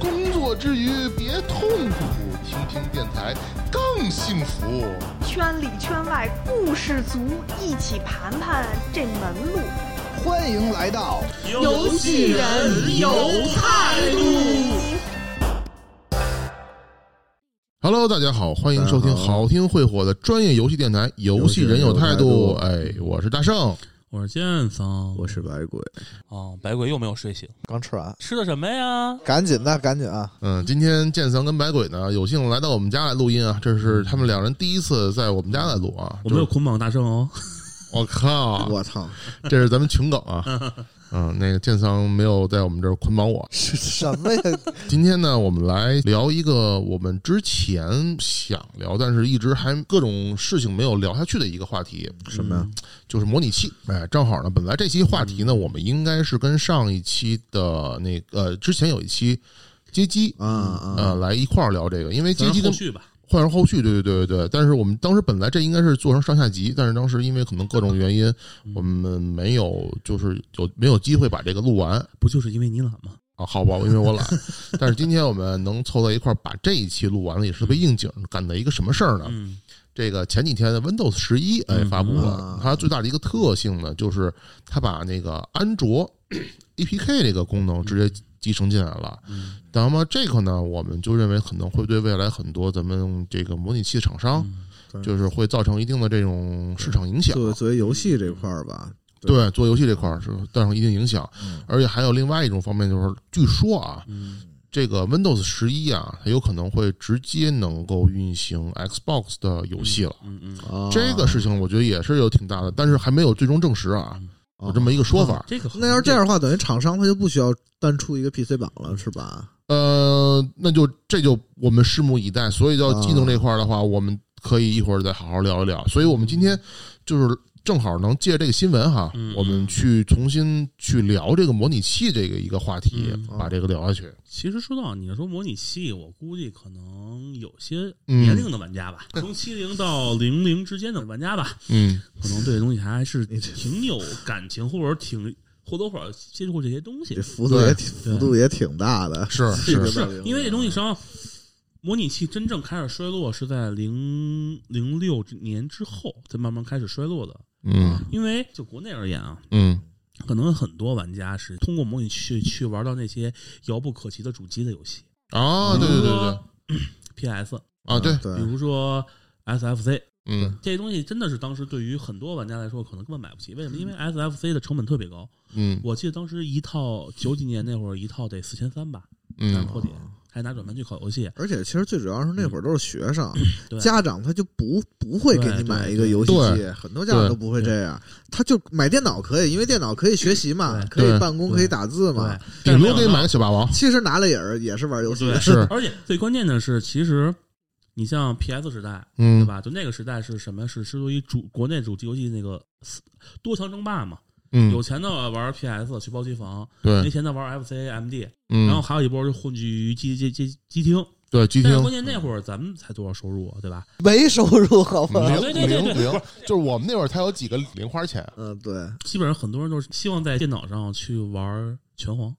工作之余别痛苦，听听电台更幸福。圈里圈外故事足，一起盘盘这门路。欢迎来到游戏人有态度。 Hello，大家好，欢迎收听好听会火的专业游戏电台《游戏人有态度》。哎，我是大圣。我是剑锋，我是白鬼，哦，白鬼又没有睡醒，刚吃完，吃的什么呀？赶紧的，赶紧 啊！嗯，今天剑桑跟白鬼呢有幸来到我们家来录音啊，这是他们两人第一次在我们家来录啊。我没有就是，捆绑大圣哦，我靠，我操，这是咱们群梗 啊。嗯，那个剑桑没有在我们这儿捆绑我。是什么呀？今天呢，我们来聊一个我们之前想聊，但是一直还各种事情没有聊下去的一个话题，什么呀？就是模拟器。哎，正好呢，本来这期话题呢，我们应该是跟上一期的那个、呃之前有一期街机。啊呃，啊！来一块儿聊这个，因为街咱机后跟续吧，换成后续，对对对对对。但是我们当时本来这应该是做成上下集，但是当时因为可能各种原因，我们没有就是有没有机会把这个录完不就是因为你懒吗？啊？好吧，因为我懒。但是今天我们能凑到一块儿把这一期录完了，也是特别应景。赶的一个什么事儿呢？嗯，这个前几天的 Windows 十一哎嗯发布了啊，它最大的一个特性呢，就是它把那个安卓 APK 这个功能直接集成进来了。嗯那么这个呢，我们就认为可能会对未来很多咱们这个模拟器厂商，嗯对就是会造成一定的这种市场影响。作为作为游戏这块儿吧，对，做游戏这块儿是造成一定影响，嗯而且还有另外一种方面就是，据说啊，嗯这个 Windows 十一啊，它有可能会直接能够运行 Xbox 的游戏了。嗯嗯，啊这个事情我觉得也是有挺大的，但是还没有最终证实啊，有这么一个说法。这个好像那要是这样的话，等于厂商他就不需要单出一个 PC 版了，是吧？呃，那就这就我们拭目以待。所以到技能这块儿的话，我们可以一会儿再好好聊一聊。嗯所以我们今天就是正好能借这个新闻哈，嗯我们去重新去聊这个模拟器这个一个话题，嗯把这个聊下去。其实说到你要说模拟器，我估计可能有些嗯年龄的玩家吧，从七零到零零之间的玩家吧，嗯可能对这东西还是你这挺有感情，或者挺或多或少接触过这些东西这，幅度也挺对幅度也挺大的，是这个是到是底有没有因为这东西实际上，模拟器真正开始衰落是在零零六年之后才慢慢开始衰落的。嗯因为就国内而言啊，嗯可能很多玩家是通过模拟器去玩到那些遥不可及的主机的游戏，啊，对对对嗯对 PS，啊对，比对如说 SFC 嗯这些东西，真的是当时对于很多玩家来说，可能根本买不起。为什么？因为 SFC 的成本特别高，嗯我记得当时一套九几年那会儿，一套得四千三吧，嗯破解还拿转盘去考游戏。而且其实最主要是那会儿都是学生，对家长他就不不会给你买一个游戏机，很多家长都不会这样，他就买电脑可以，因为电脑可以学习嘛，可对以办公，对可以打对字嘛。，顶但是没多有给你想买到个小霸王。其实拿来也是也是玩游戏对，， 是而且最关键的是，其实你像 PS 时代，对嗯吧？就那个时代是什么？是是由于主国内主机游戏那个四多强争霸嘛，有嗯，钱的玩 PS 去包机房，没对，钱的玩 FC、MD，然后嗯还有一波就混迹于机机机机厅。对，机但是厅关键那会儿咱们才多少收入啊，对吧？没收入好吗？对对零对零对零，就是我们那会儿才有几个零花钱嗯，对，基本上很多人都是希望在电脑上去玩拳皇，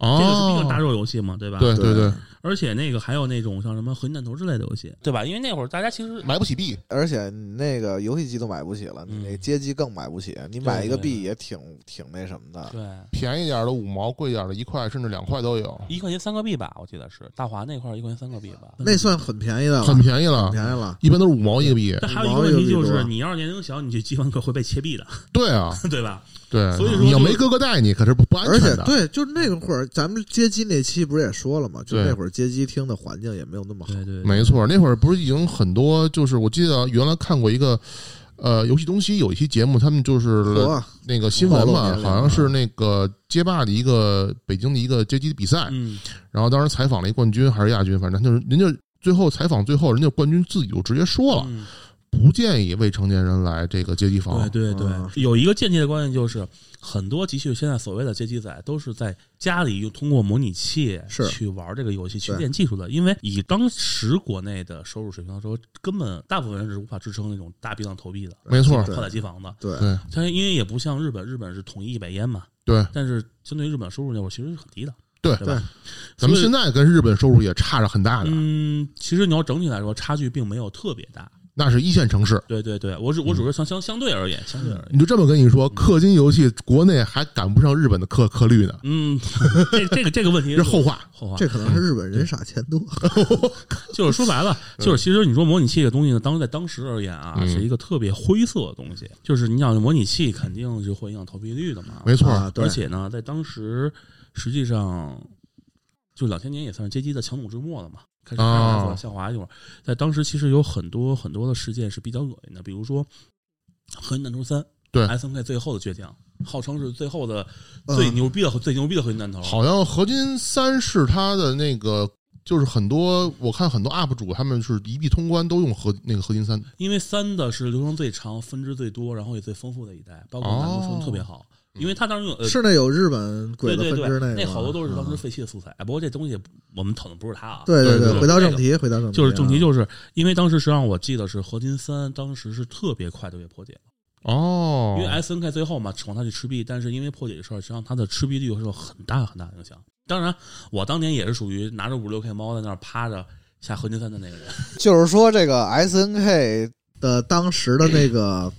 这哦个是毕竟大热游戏嘛，对吧？对对对，而且那个还有那种像什么合金弹头之类的游戏，对吧？因为那会儿大家其实买不起币，而且你那个游戏机都买不起了，你嗯那街机更买不起，你买一个币也挺挺那什么的。对。便宜点儿的五毛，贵点儿的一块甚至两块都有，一块钱三个币吧，我记得是大华那块儿一块钱三个币吧。那算很便宜的了，很便宜了很，便宜了。一般都是五毛一个币。但还有一个问题就网友是，有力度啊你要是年龄小，你去机房可会被切币的，对啊，对吧？对，所以说你要就没哥哥带你，可是不不安而且全的。对，就是嗯那会儿咱们街机那期不是也说了嘛，就对那会儿街机厅的环境也没有那么好。对，没错，那会儿不是已经很多，就是我记得原来看过一个。呃，游戏东西有一期节目，他们就是我那个新闻暴露嘛，年龄好像是那个街霸的一个北京的一个街机比赛，嗯，然后当时采访了一冠军还是亚军，反正就是人家最后采访最后，人家冠军自己就直接说了，嗯不建议未成年人来这个街机对房。对对，啊有一个间接的关系就是，很多集训现在所谓的街机仔都是在家里用通过模拟器是去玩这个游戏去对练技术的，因为以当时国内的收入水平来说，根本大部分人是无法支撑那种大批量投币的没错对扩大机房的。对对它因为也不像日本，日本是统一一百烟嘛，对，但是相对于日本收入那会儿其实是很低的。对对吧？咱们所以现在跟日本收入也差着很大的，嗯，其实你要整体来说，差距并没有特别大。那是一线城市。对对对，我嗯只我只是相相相对而言，相对而言。你就这么跟你说，氪金游戏国内还赶不上日本的氪氪率呢，嗯， 这这个这个问题这是后话。后话，这可能是日本人傻钱多，就是说白了，就是其实你说模拟器这东西呢，当时在当时而言啊，嗯是一个特别灰色的东西。就是你想模拟器肯定就会影响投币率的嘛，没错，啊对而且呢，在当时实际上就两千年也算是街机的强弩之末了嘛，开始开啊始走哦向下滑一会儿。在当时其实有很多很多的事件是比较恶心的，比如说《合金弹头三》对 S N K 最后的倔强，号称是最后的最牛逼的、最牛逼的合金弹头。好像合金三是它的那个，就是很多我看很多 UP 主他们是一币通关都用合那个合金三，因为三的是流程最长、分支最多，然后也最丰富的一代，包括哦难度程度特别好。因为它当时用呃，嗯是那有日本鬼对子对对分支，那那个吗好多都是当时啊废弃的素材。哎不过这东西我们讨论不是它啊。对对对，对回到这正个题，回到正题啊，就是正题，就是因为当时实际上我记得是合金三，当时是特别快就被破解了，哦因为 S N K 最后嘛指望它去吃币，但是因为破解这事儿，实际上它的吃币率是有很大很大的影响。当然，我当年也是属于拿着五六 K 猫在那儿趴着下合金三的那个人。就是说这个 S N K 的当时的那个嗯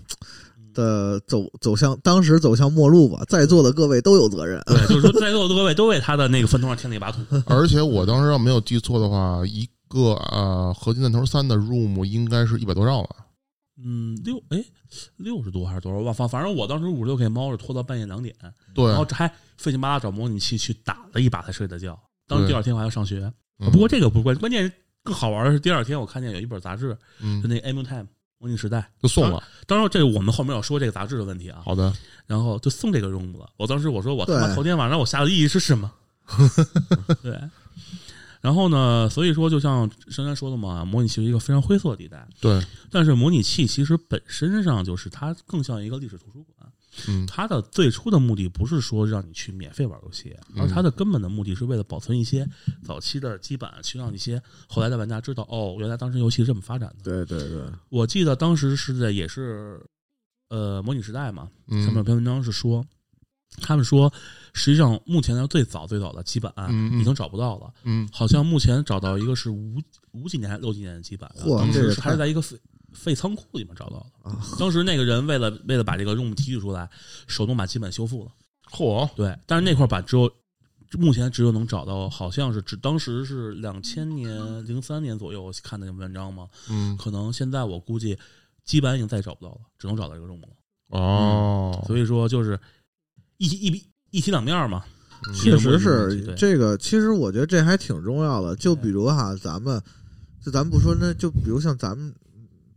的走走向，当时走向末路吧，在座的各位都有责任。对，就是说在座的各位都为他的那个坟头上添了一把土。而且我当时要没有记错的话，一个呃合金弹头三的 room 应该是一百多兆吧，嗯，六哎六十多还是多少？忘反反正我当时五十六 K 猫是拖到半夜两点，对然，后这还费劲巴拉找模拟器去打了一把才睡的觉。当时对第二天我还要上学，嗯不过这个不是关键，关键是更好玩的是第二天我看见有一本杂志，嗯就那《Emu Time》模拟时代，就送了，当然这个我们后面要说这个杂志的问题啊，好的，然后就送这个 room 了。我当时我说我他妈对头天晚上我下的意义是什么？ 对。然后呢，所以说就像珊珊说的嘛，模拟器是一个非常灰色的地带。对，但是模拟器其实本身上就是它更像一个历史图书馆，嗯它的最初的目的不是说让你去免费玩游戏，嗯而它的根本的目的是为了保存一些早期的基板，去让一些后来的玩家知道，哦，原来当时游戏是这么发展的。对对对，我记得当时是在也是，呃，模拟时代嘛，上面有嗯篇文章是说，他们说实际上目前的最早最早的基板嗯嗯已经找不到了，嗯，好像目前找到一个是五五几年还是六几年的基板，嚯当这时个是还是在一个废废仓库里面找到的。啊当时那个人为了为了把这个 room 提取出来，手动把基板修复了。嚯，对，但是那块板只有目前只有能找到，好像是只当时是两千年零三年左右我看的那个文章嘛，嗯可能现在我估计基板已经再也找不到了，只能找到这个 room 了。哦，所以说就是一一一一体两面嘛，嗯确实这个是对这个。其实我觉得这还挺重要的。就比如哈，咱们就咱们不说，那就比如像咱们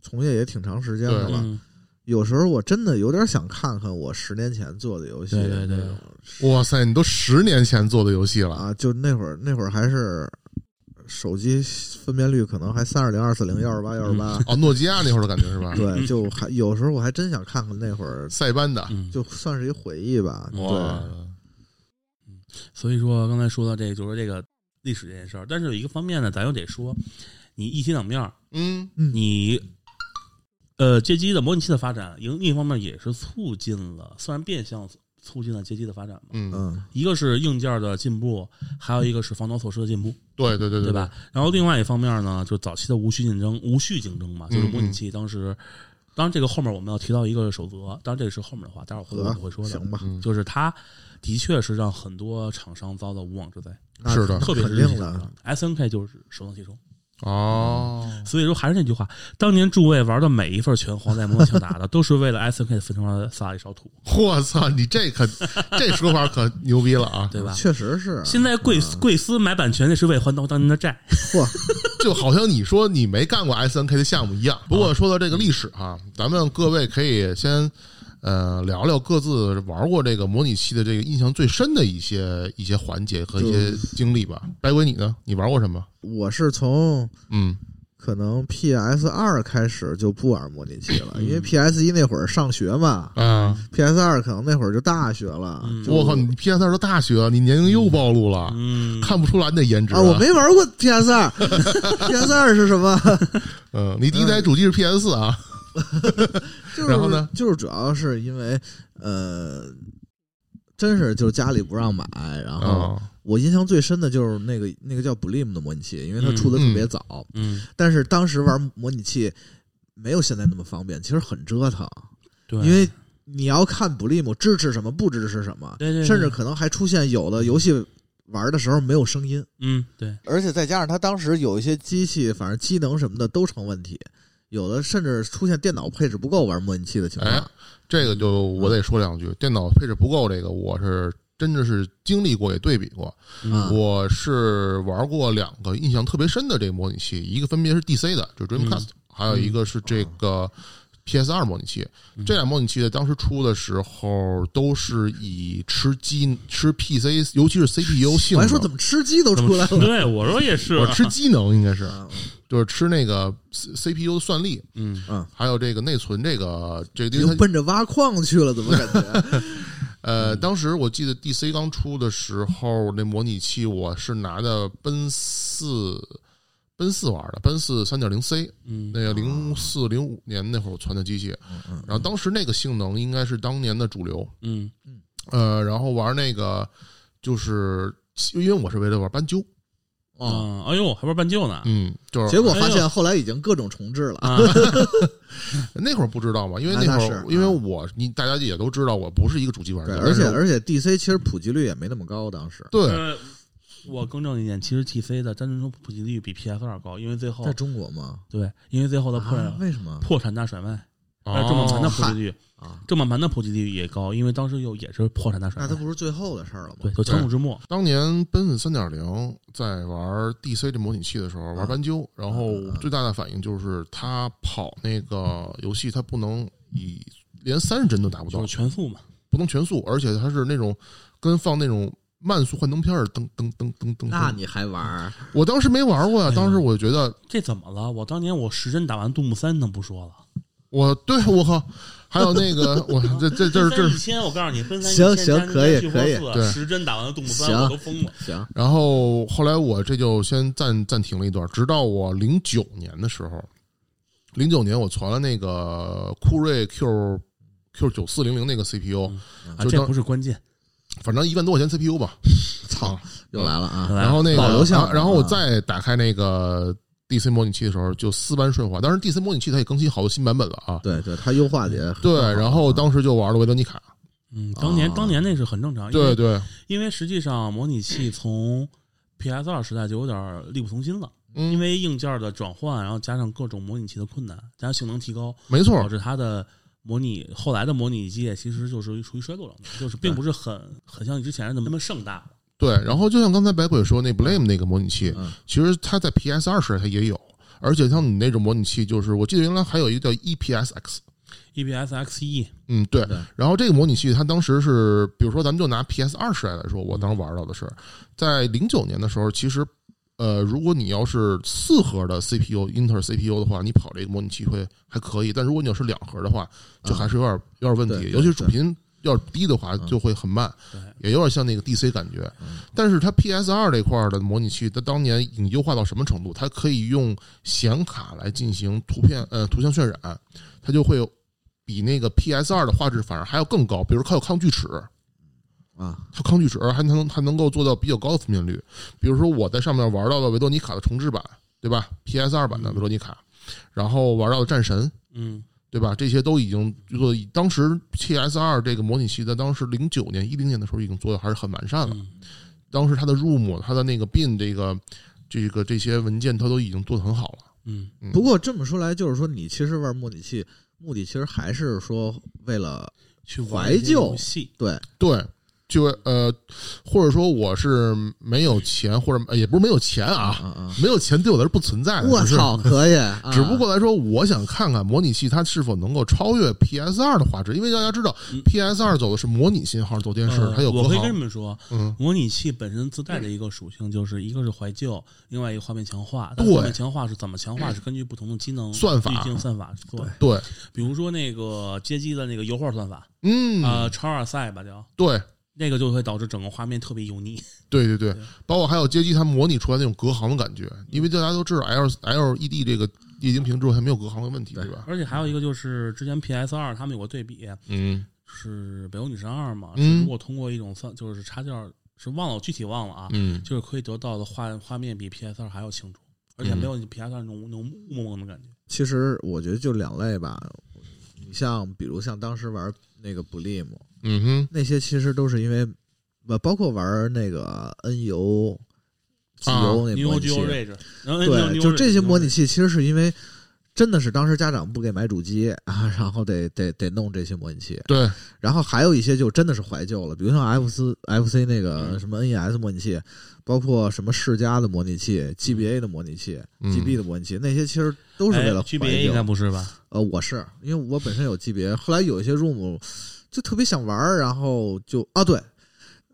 从业也挺长时间了对吧，嗯，有时候我真的有点想看看我十年前做的游戏，对对对那种哇塞，你都十年前做的游戏了，啊，就那会儿那会儿还是手机分辨率可能还三二零、二四零、幺二八、幺二嗯八，哦，诺基亚那会儿的感觉是 吧？对，就还有时候我还真想看看那会儿，塞班的，嗯就算是一回忆吧。哇对，，所以说刚才说到这个，就是这个历史这件事儿，但是有一个方面呢，咱又得说，你一体两面儿，嗯，你呃街机的模拟器的发展，另另一方面也是促进了，虽然变相促进了街机的发展嘛。嗯，嗯，一个是硬件的进步，还有一个是防盗措施的进步，对对对对对？吧？然后另外一方面呢，就早期的无序竞争，无序竞争嘛，就是模拟嗯器当时，当然这个后面我们要提到一个守则，当然这个是后面的话，待会儿回头我和们会说的。啊行吧，嗯就是它的确是让很多厂商遭到无妄之灾，嗯那是的特别是啊肯日系定厂的商。S N K 就是首当其冲。哦，所以说还是那句话，当年诸位玩的每一份拳皇在模拟器打 的，都是为了 S N K 的坟头上撒一勺土，我操，你这可 这说法可牛逼了啊！对吧？确实是，现在贵啊贵司买版权，那是为还到当年的债。就好像你说你没干过 S N K 的项目一样。不过说到这个历史哈、咱们各位可以先呃，聊聊各自玩过这个模拟器的这个印象最深的一些一些环节和一些经历吧。白鬼，你呢？你玩过什么？我是从嗯，可能 PS 二开始就不玩模拟器了，嗯因为 PS 一那会儿上学嘛啊， ，PS 二可能那会儿就大学了。嗯呃就我靠，你 PS 二都大学了，你年龄又暴露了，嗯，看不出来你的颜值啊，我，没玩过 PS 二 ，PS 二是什么？嗯，你第一台主机是 PS 四啊，就是然后呢？就是主要是因为呃，真是就是家里不让买，然哦后啊，我印象最深的就是那个那个叫 Blim 的模拟器，因为它出的特别早，嗯，但是当时玩模拟器没有现在那么方便，其实很折腾，对，因为你要看 Blim 支持什么，不支持什么，对对对甚至可能还出现有的游戏玩的时候没有声音，嗯对，而且再加上它当时有一些机器，反正机能什么的都成问题。有的甚至出现电脑配置不够玩模拟器的情况，哎这个就嗯我得说两句，电脑配置不够，这个我是真的是经历过也对比过，啊我是玩过两个印象特别深的这个模拟器，一个分别是 DC 的，嗯就是 Dreamcast，、还有一个是这个 PS 二模拟器。嗯这俩模拟器在当时出的时候，都是以吃机吃 PC，尤其是 CPU 性我还能。说怎么吃鸡都出来了，对我说也是啊我，吃机能应该是，啊就是吃那个 C CPU 的算力，嗯还有这个内存这个这个，因就为它奔着挖矿去了，怎么感觉？呃，嗯当时我记得 DC 刚出的时候，那模拟器我是拿的奔四奔四玩的，奔四三点零 C，嗯那个零四零五年那会儿我攒的机器，嗯然后当时那个性能应该是当年的主流，嗯呃，然后玩那个就是因为我是为了玩斑鸠，哦，啊，哎呦，还玩半旧呢，嗯，就是结果发现后来已经各种重置了。 啊，那会儿不知道嘛，因为那那会那儿是啊因为我你大家也都知道，我不是一个主机玩对，家，而且但是而且 DC 其实普及率也没那么高，当时对呃，我更正一点，其实 TC 的单纯说普及率比 PS 二高，因为最后在中国嘛，对，因为最后它破啊为什么破产大甩卖，而正版盘哦，的普及率，啊？正版盘的普及率也高，因为当时又也是破产大甩那它卖，不是最后的事儿了吗对，？就强弩之末，当年奔四三点零在玩 DC 这模拟器的时候，啊玩斑鸠，然后最大的反应就是它跑那个游戏，它不能以连三十帧都达不就到是，全速嘛，不能全速，而且它是那种跟放那种慢速幻灯片儿，噔噔噔噔噔。那噔你还玩儿？我当时没玩哎过呀，当时我就觉得这怎么了？我当年我时针打完杜牧三，能不说了？我对我靠，还有那个我这这这是这奔三是一千，我告诉你，奔三行一千行单可以单续可以活字对时针打完了杜牧三，行我都疯了。行，然后后来我这就先暂暂停了一段，直到我零九年的时候，零九年我传了那个酷睿 Q Q 九四零零那个 CPU，、啊，就这当不是关键，反正一万多块钱 CPU 吧。操，又来了啊！来然后那个保留项啊然后我啊再打开那个 DC 模拟器的时候，就丝般顺滑。当然 DC 模拟器它也更新好多新版本了啊。对对，它优化的也很对，好然后当时就玩了维多尼卡。嗯，当年啊当年那是很正常，因为哦对对，因为实际上模拟器从 PS 二时代就有点力不从心了，嗯因为硬件的转换，然后加上各种模拟器的困难，加上性能提高，没导错，致它的模拟后来的模拟机也其实就是处于衰落状态，就是并不是很很像之前那么那么盛大了。对。然后就像刚才白鬼说那 Blame 那个模拟器，嗯其实它在 PS 二时代它也有。而且像你那种模拟器，就是我记得原来还有一个叫 E EPSX， EPS E X 一，嗯，对对。然后这个模拟器，它当时是，比如说咱们就拿 PS 二时代来说，我当时玩到的是，在零九年的时候，其实，呃，如果你要是四核的 CPU，英特尔 CPU 的话，你跑这个模拟器会还可以；但如果你要是两核的话，就还是有点、有点问对题，尤其是主对频要是低的话，嗯就会很慢，对也有点像那个 DC 感觉。但是它 PS 二这块儿的模拟器，它当年已经优化到什么程度？它可以用显卡来进行图片呃图像渲染，它就会有比那个 PS 二的画质反而还要更高。比如它有抗锯齿，啊，它抗锯齿还能还能够做到比较高的分辨率。比如说我在上面玩到的维多尼卡的重置版，对吧？PS 二版的维多尼卡，然后玩到的战神，嗯，对吧？这些都已经做，当时 PS 二这个模拟器在当时零九年、一零年的时候已经做的还是很完善了。嗯当时它的 Room、它的那个 Bin 这个、这个这些文件，它都已经做得很好了。嗯，不过这么说来，就是说你其实玩模拟器，目的其实还是说为了去怀旧系，哎对对，就呃，或者说我是没有钱，或者呃也不是没有钱啊，嗯啊啊！没有钱对我来说不存在的。我就是操，可 以，啊只不过来说，我想看看模拟器它是否能够超越 PS 二的画质，因为大家知道 PS 二走的是模拟信号走电视，呃嗯它有隔嗯我可以行跟。你们说，嗯，模拟器本身自带的一个属性就是一个是怀旧，另外一个画面强化。但对画面强化是怎么强化？是根据不同的机能算法滤镜算法做的。对，比如说那个街机的那个油画算法，嗯，啊，超尔赛吧叫。对，那个就会导致整个画面特别油腻，对对对对，包括还有街机，它模拟出来那种隔行的感觉，因为大家都知道 L LED 这个液晶屏之后它没有隔行的问题，对吧？而且还有一个就是之前 PS 二他们有个对比，嗯，是《北欧女神二》嘛，嗯是如果通过一种算就是插件儿，是忘了我具体忘了啊，嗯，就是可以得到的画画面比 PS 二还要清楚，而且没嗯有 PS 二那种那种雾蒙蒙的感觉。其实我觉得就两类吧。你像比如像当时玩那个 Blim 嗯哼，那些，其实都是因为呃，包括玩那个 N 游、G 啊游那模 Neo 拟器， Geo Rage，然后对， Neo 就 Geo 这些 Rage，模拟器，其实是因为真的是当时家长不给买主机啊， 然后得得得弄这些模拟器。对，然后还有一些就真的是怀旧了，比如像 F 四 F C 那个嗯什么 NES 模拟器，包括什么世嘉的模拟器、G B A 的模拟器、嗯 G B 的模拟器，那些其实都是为了怀哎 G B A 应该旧。不是吧？呃，我是因为我本身有 G B A，后来有一些 room 就特别想玩儿，然后就啊对。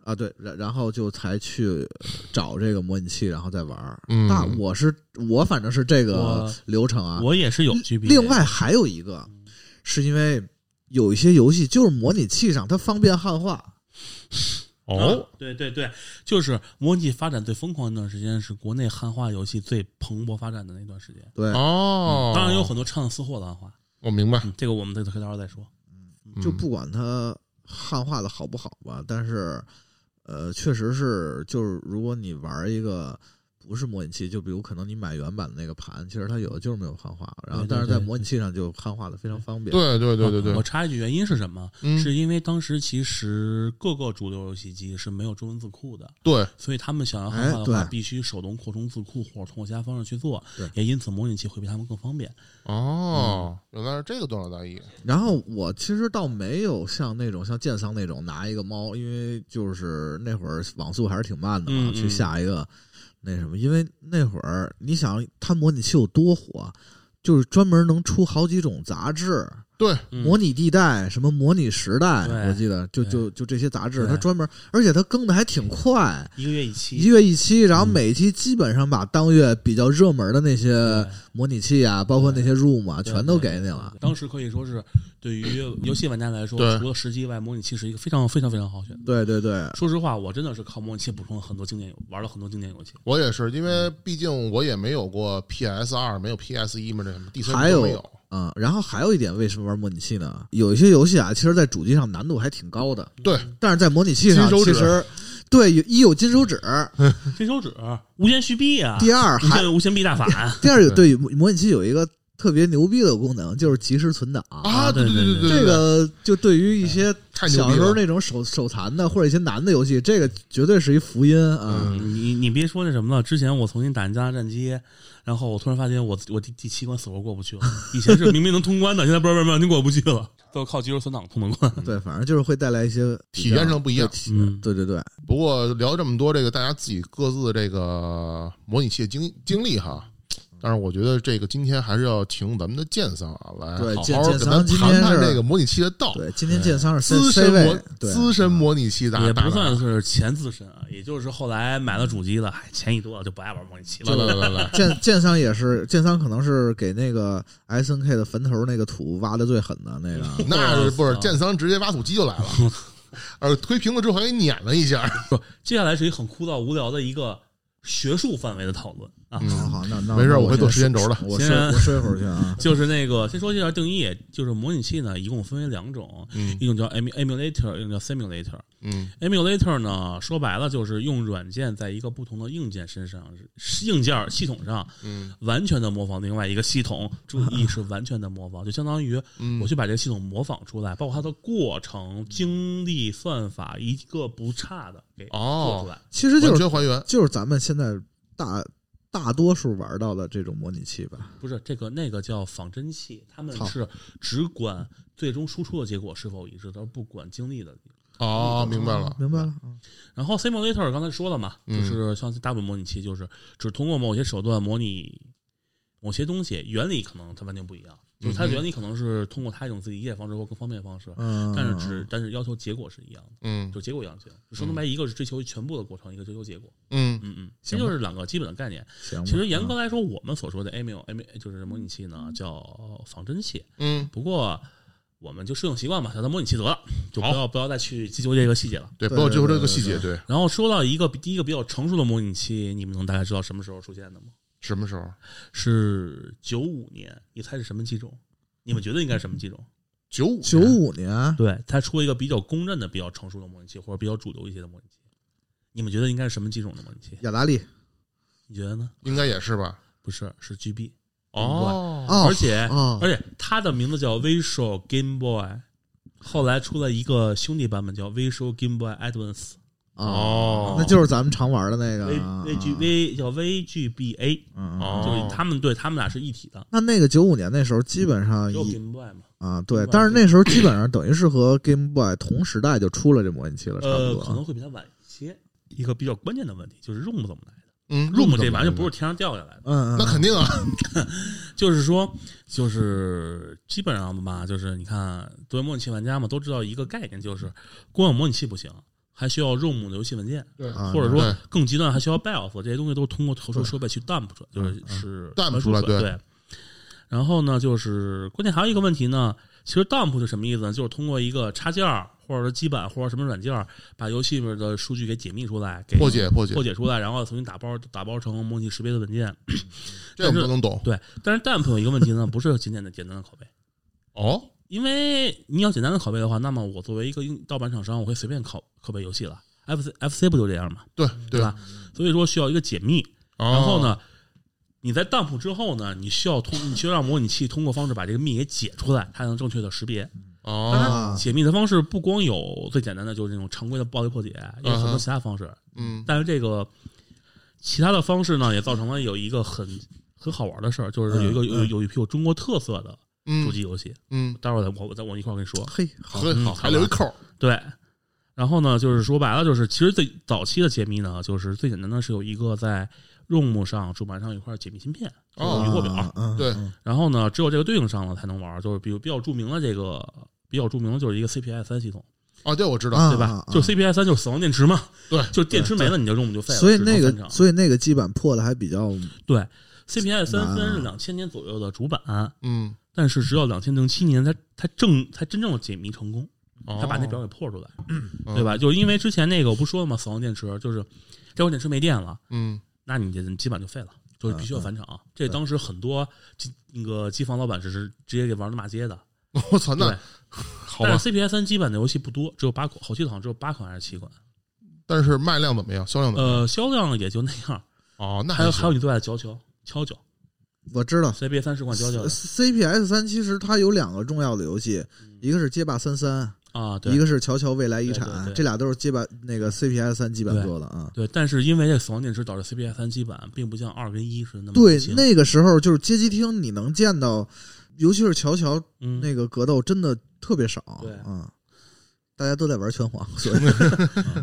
啊对，然然后就才去找这个模拟器，然后再玩儿。嗯，那我是我反正是这个我流程啊。我也嗯是有 G B。另外还有一个，是因为有一些游戏就是模拟器上它方便汉化，哦啊，对对对，就是模拟器发展最疯狂的一段时间是国内汉化游戏最蓬勃发展的那段时间。对，哦，嗯当然有很多唱私货的汉化，我明白，嗯这个我们再可以到时候再说。嗯就不管它汉化的好不好吧，但是呃，确实是就是如果你玩一个。不是模拟器，就比如可能你买原版的那个盘，其实它有的就是没有汉化，然后对对但是在对模拟器上就汉化的非常方便。对对对对嗯我对，啊插一句，原因是什么？嗯是因为当时其实各个主流游戏机是没有中文字库的，对，所以他们想要汉化的话，哎对必须手动扩充字库或者通过其他方式去做对，也因此模拟器会比他们更方便。嗯哦，原来是这个段落大意，然后我其实倒没有像那种像剑桑那种拿一个猫，因为就是那会儿网速还是挺慢的嘛，嗯嗯去下一个那什么，因为那会儿你想它模拟器有多火，就是专门能出好几种杂志，对，嗯模拟地带什么模拟时代，对我记得就对就就这些杂志，对它专门，而且它更的还挺快。一个月一一期，月一期，然后嗯每一期基本上把当月比较热门的那些对模拟器啊，包括那些 room 啊，对全都对给你了。当时可以说是对于游戏玩家来说对，除了实机以外，模拟器是一个非常非常非常好的选择。对对对，说实话，我真的是靠模拟器补充了很多经典游，玩了很多经典游戏。我也是，因为毕竟我也没有过 PS 二，没有 PS 一嘛，这什么第三还都有没有，啊、然后还有一点，为什么玩模拟器呢？有一些游戏啊，其实在主机上难度还挺高的，对，但是在模拟器上金手指其实对有一有金手指，啊金手指、无限续币啊，第二无还限无限币大法，啊第二有对模拟器有一个特别牛逼的功能，就是及时存档。啊，对对对对对对对，哎这个就对于一些太牛小逼时了候那种手手残的或者一些难的游戏，这个绝对是一福音啊！嗯你你别说那什么了，之前我曾经打进加拿大战机，然后我突然发现我我第第七关死活过不去了。以前是明明能通关的，现在不知道为什么你过不去了，都靠肌肉存档通的关。对，反正就是会带来一些体验上不一样对体验对对对，不过聊这么多，这个大家自己各自的这个模拟器的经经历哈。但是我觉得这个今天还是要请咱们的剑桑啊来对好剑好剑给桑咱今谈天谈是这个模拟器的道。对，今天剑桑是嗯资 C 深模位，对嗯资深模拟器大 也大不拿算是前资深啊，也就是后来买了主机了，哎，钱一多了就不爱玩模拟器来了。来来来，剑剑桑也是，剑桑可能是给那个 S N K 的坟头那个土挖的最狠的那个。那是不是啊剑桑直接挖土机就来了？ 呃，推平了之后还给撵了一下，不，接下来是一个很枯燥无聊的一个学术范围的讨论啊，好好，那那没事那我会先做时间轴的我睡先我睡会儿去啊。就是那个先说一下定义，就是模拟器呢，一共分为两种，嗯一种叫 emu- emulator，一种叫 simulator。嗯 emulator 呢，说白了就是用软件在一个不同的硬件身上、是硬件儿系统上嗯完全的模仿另外一个系统。注意是完全的模仿，就相当于我嗯，去把这个系统模仿出来，包括它的过程、经历、算法，一个不差的给做出哦，来。其实就完是全还原，就是咱们现在大大多数玩到的这种模拟器吧，不是这个那个叫仿真器，他们操是只管最终输出的结果是否一致，而不管经历的。哦，明白了，明白了。嗯然后 simulator 刚才说了嘛，就嗯是像大部分模拟器，就是只通过某些手段模拟某些东西，原理可能它完全不一样，就是它的原理可能是通过它一种自己理解方式或更方便的方式，嗯，但是只但是要求结果是一样的，嗯就结果一样就行。就说嗯明白，一个是追求全部的过程，一个追求结果。嗯嗯嗯，这就是两个基本的概念。行吧，嗯啊其实严格来说，我们所说的 AML AML 就是模拟器呢，叫仿真器。嗯，不过我们就适用习惯吧，叫它模拟器得了，就不要不要再去追究这个细节了。对，不对要对记住对这个对细节，对对，然后说到一个第一个比较成熟的模拟器，你们能大概知道什么时候出现的吗？什么时候？是九五年，你猜是什么机种？你们觉得应该是什么机种？九五九五年对，它出一个比较公认的、比较成熟的模拟器，或者比较主流一些的模拟器。你们觉得应该是什么机种的模拟器？雅达利你觉得呢？应该也是吧？不是，是 GB，哦，哦嗯而且、哦而且它的名字叫 Visual Game Boy，后来出了一个兄弟版本叫 Visual Game Boy Advance。哦那就是咱们常玩的那个 V 啊 V G V 叫 V G B A，嗯嗯哦就是他们对他们俩是一体的，那那个九五年那时候基本上只有一 Game Boy 嘛，啊，明对，白但是那时候基本上等于是和 Game Boy 同时代就出了这模拟器了，差呃不，可能多。啊会比它晚一些。一个比较关键的问题就是 ROM 怎么来的嗯，ROM 这怎么玩意儿来不的是天上掉下来的，嗯，嗯那肯定啊，就是说，就是基本上吧，就是你看作为模拟器玩家嘛，都知道一个概念，就是光有模拟器不行，还需要 ROM 的游戏文件，对啊或者说对更极端还需要 BIOS，这些东西都是通过特殊设备去 dump 出来，就是是嗯 dump 传输出来对对。然后呢，就是关键还有一个问题呢，其实 dump 是什么意思呢？就是通过一个插件儿或者说基板或者什么软件儿，把游戏里面的数据给解密出来，给破解破解破，解出来，然后重新打包打包成模拟识别的文件。这我们都能懂对，但是 dump 有一个问题呢，不是简单的简单的拷贝，哦。因为你要简单的拷贝的话，那么我作为一个硬盗版厂商，我会随便拷拷贝游戏了。FC FC 不就这样吗？对对吧？所以说需要一个解密。哦然后呢，你在 dump 之后呢，你需要通，你需要让模拟器通过方式把这个密给解出来，它才能正确的识别。当哦，啊然，解密的方式不光有最简单的就是那种常规的暴力破解，也有很多其他方式。嗯但是这个其他的方式呢，也造成了有一个很很好玩的事儿，就是有一个嗯有有一批有中国特色的嗯主机游戏。嗯，待会儿再我我再我一块儿跟你说。嘿，好，很嗯好，好还留一吧扣儿，对，然后呢，就是说白了，就是其实最早期的解密呢，就是最简单的是有一个在 ROM 上主板上有一块解密芯片，哦就是余货表。嗯，对然后呢，只有这个对应上了才能玩，就是比如比较著名的这个比较著名的就是一个 CPI 三系统，哦，这我知道，啊对吧？就 CPI 三就是死亡电池嘛，对就是电池没了你的 ROM 就废了，所以只能那翻个厂所以那个基板破的还比较，对 CPI 三难啊虽然是两千年左右的主板，嗯，但是直到两千零七年才才正才真正的解密成功，他他把那表给破出来。嗯对吧？就是因为之前那个我不说了吗？死亡电池就是这款电池没电了，嗯？那你这基板就废了，就是必须要返厂。这当时很多机那个机房老板是直直接给玩的骂街的。嗯，我操，那对好吧但，是 CPI 三基板的游戏不多，只有八款，好系统只有八款还是七款？但是卖量怎么样？销量怎么样？呃，销量也就那样。哦，那还有行还有，你最爱的乔乔乔乔我知道。 ，CPI 三是款乔乔的 CPS 三其实它有两个重要的游戏，一个是《街霸三三啊，》，嗯一对个是《乔乔未来遗产对对》，对这俩都是街霸那个 CPS 三基板做的啊。对。嗯但是因为这个死亡电池导致 CPI 三基板并不像二跟一是那么对行，那个时候就是街机厅，你能见到，尤其是乔乔嗯那个格斗真的特别少，对嗯，大家都在玩拳皇，所以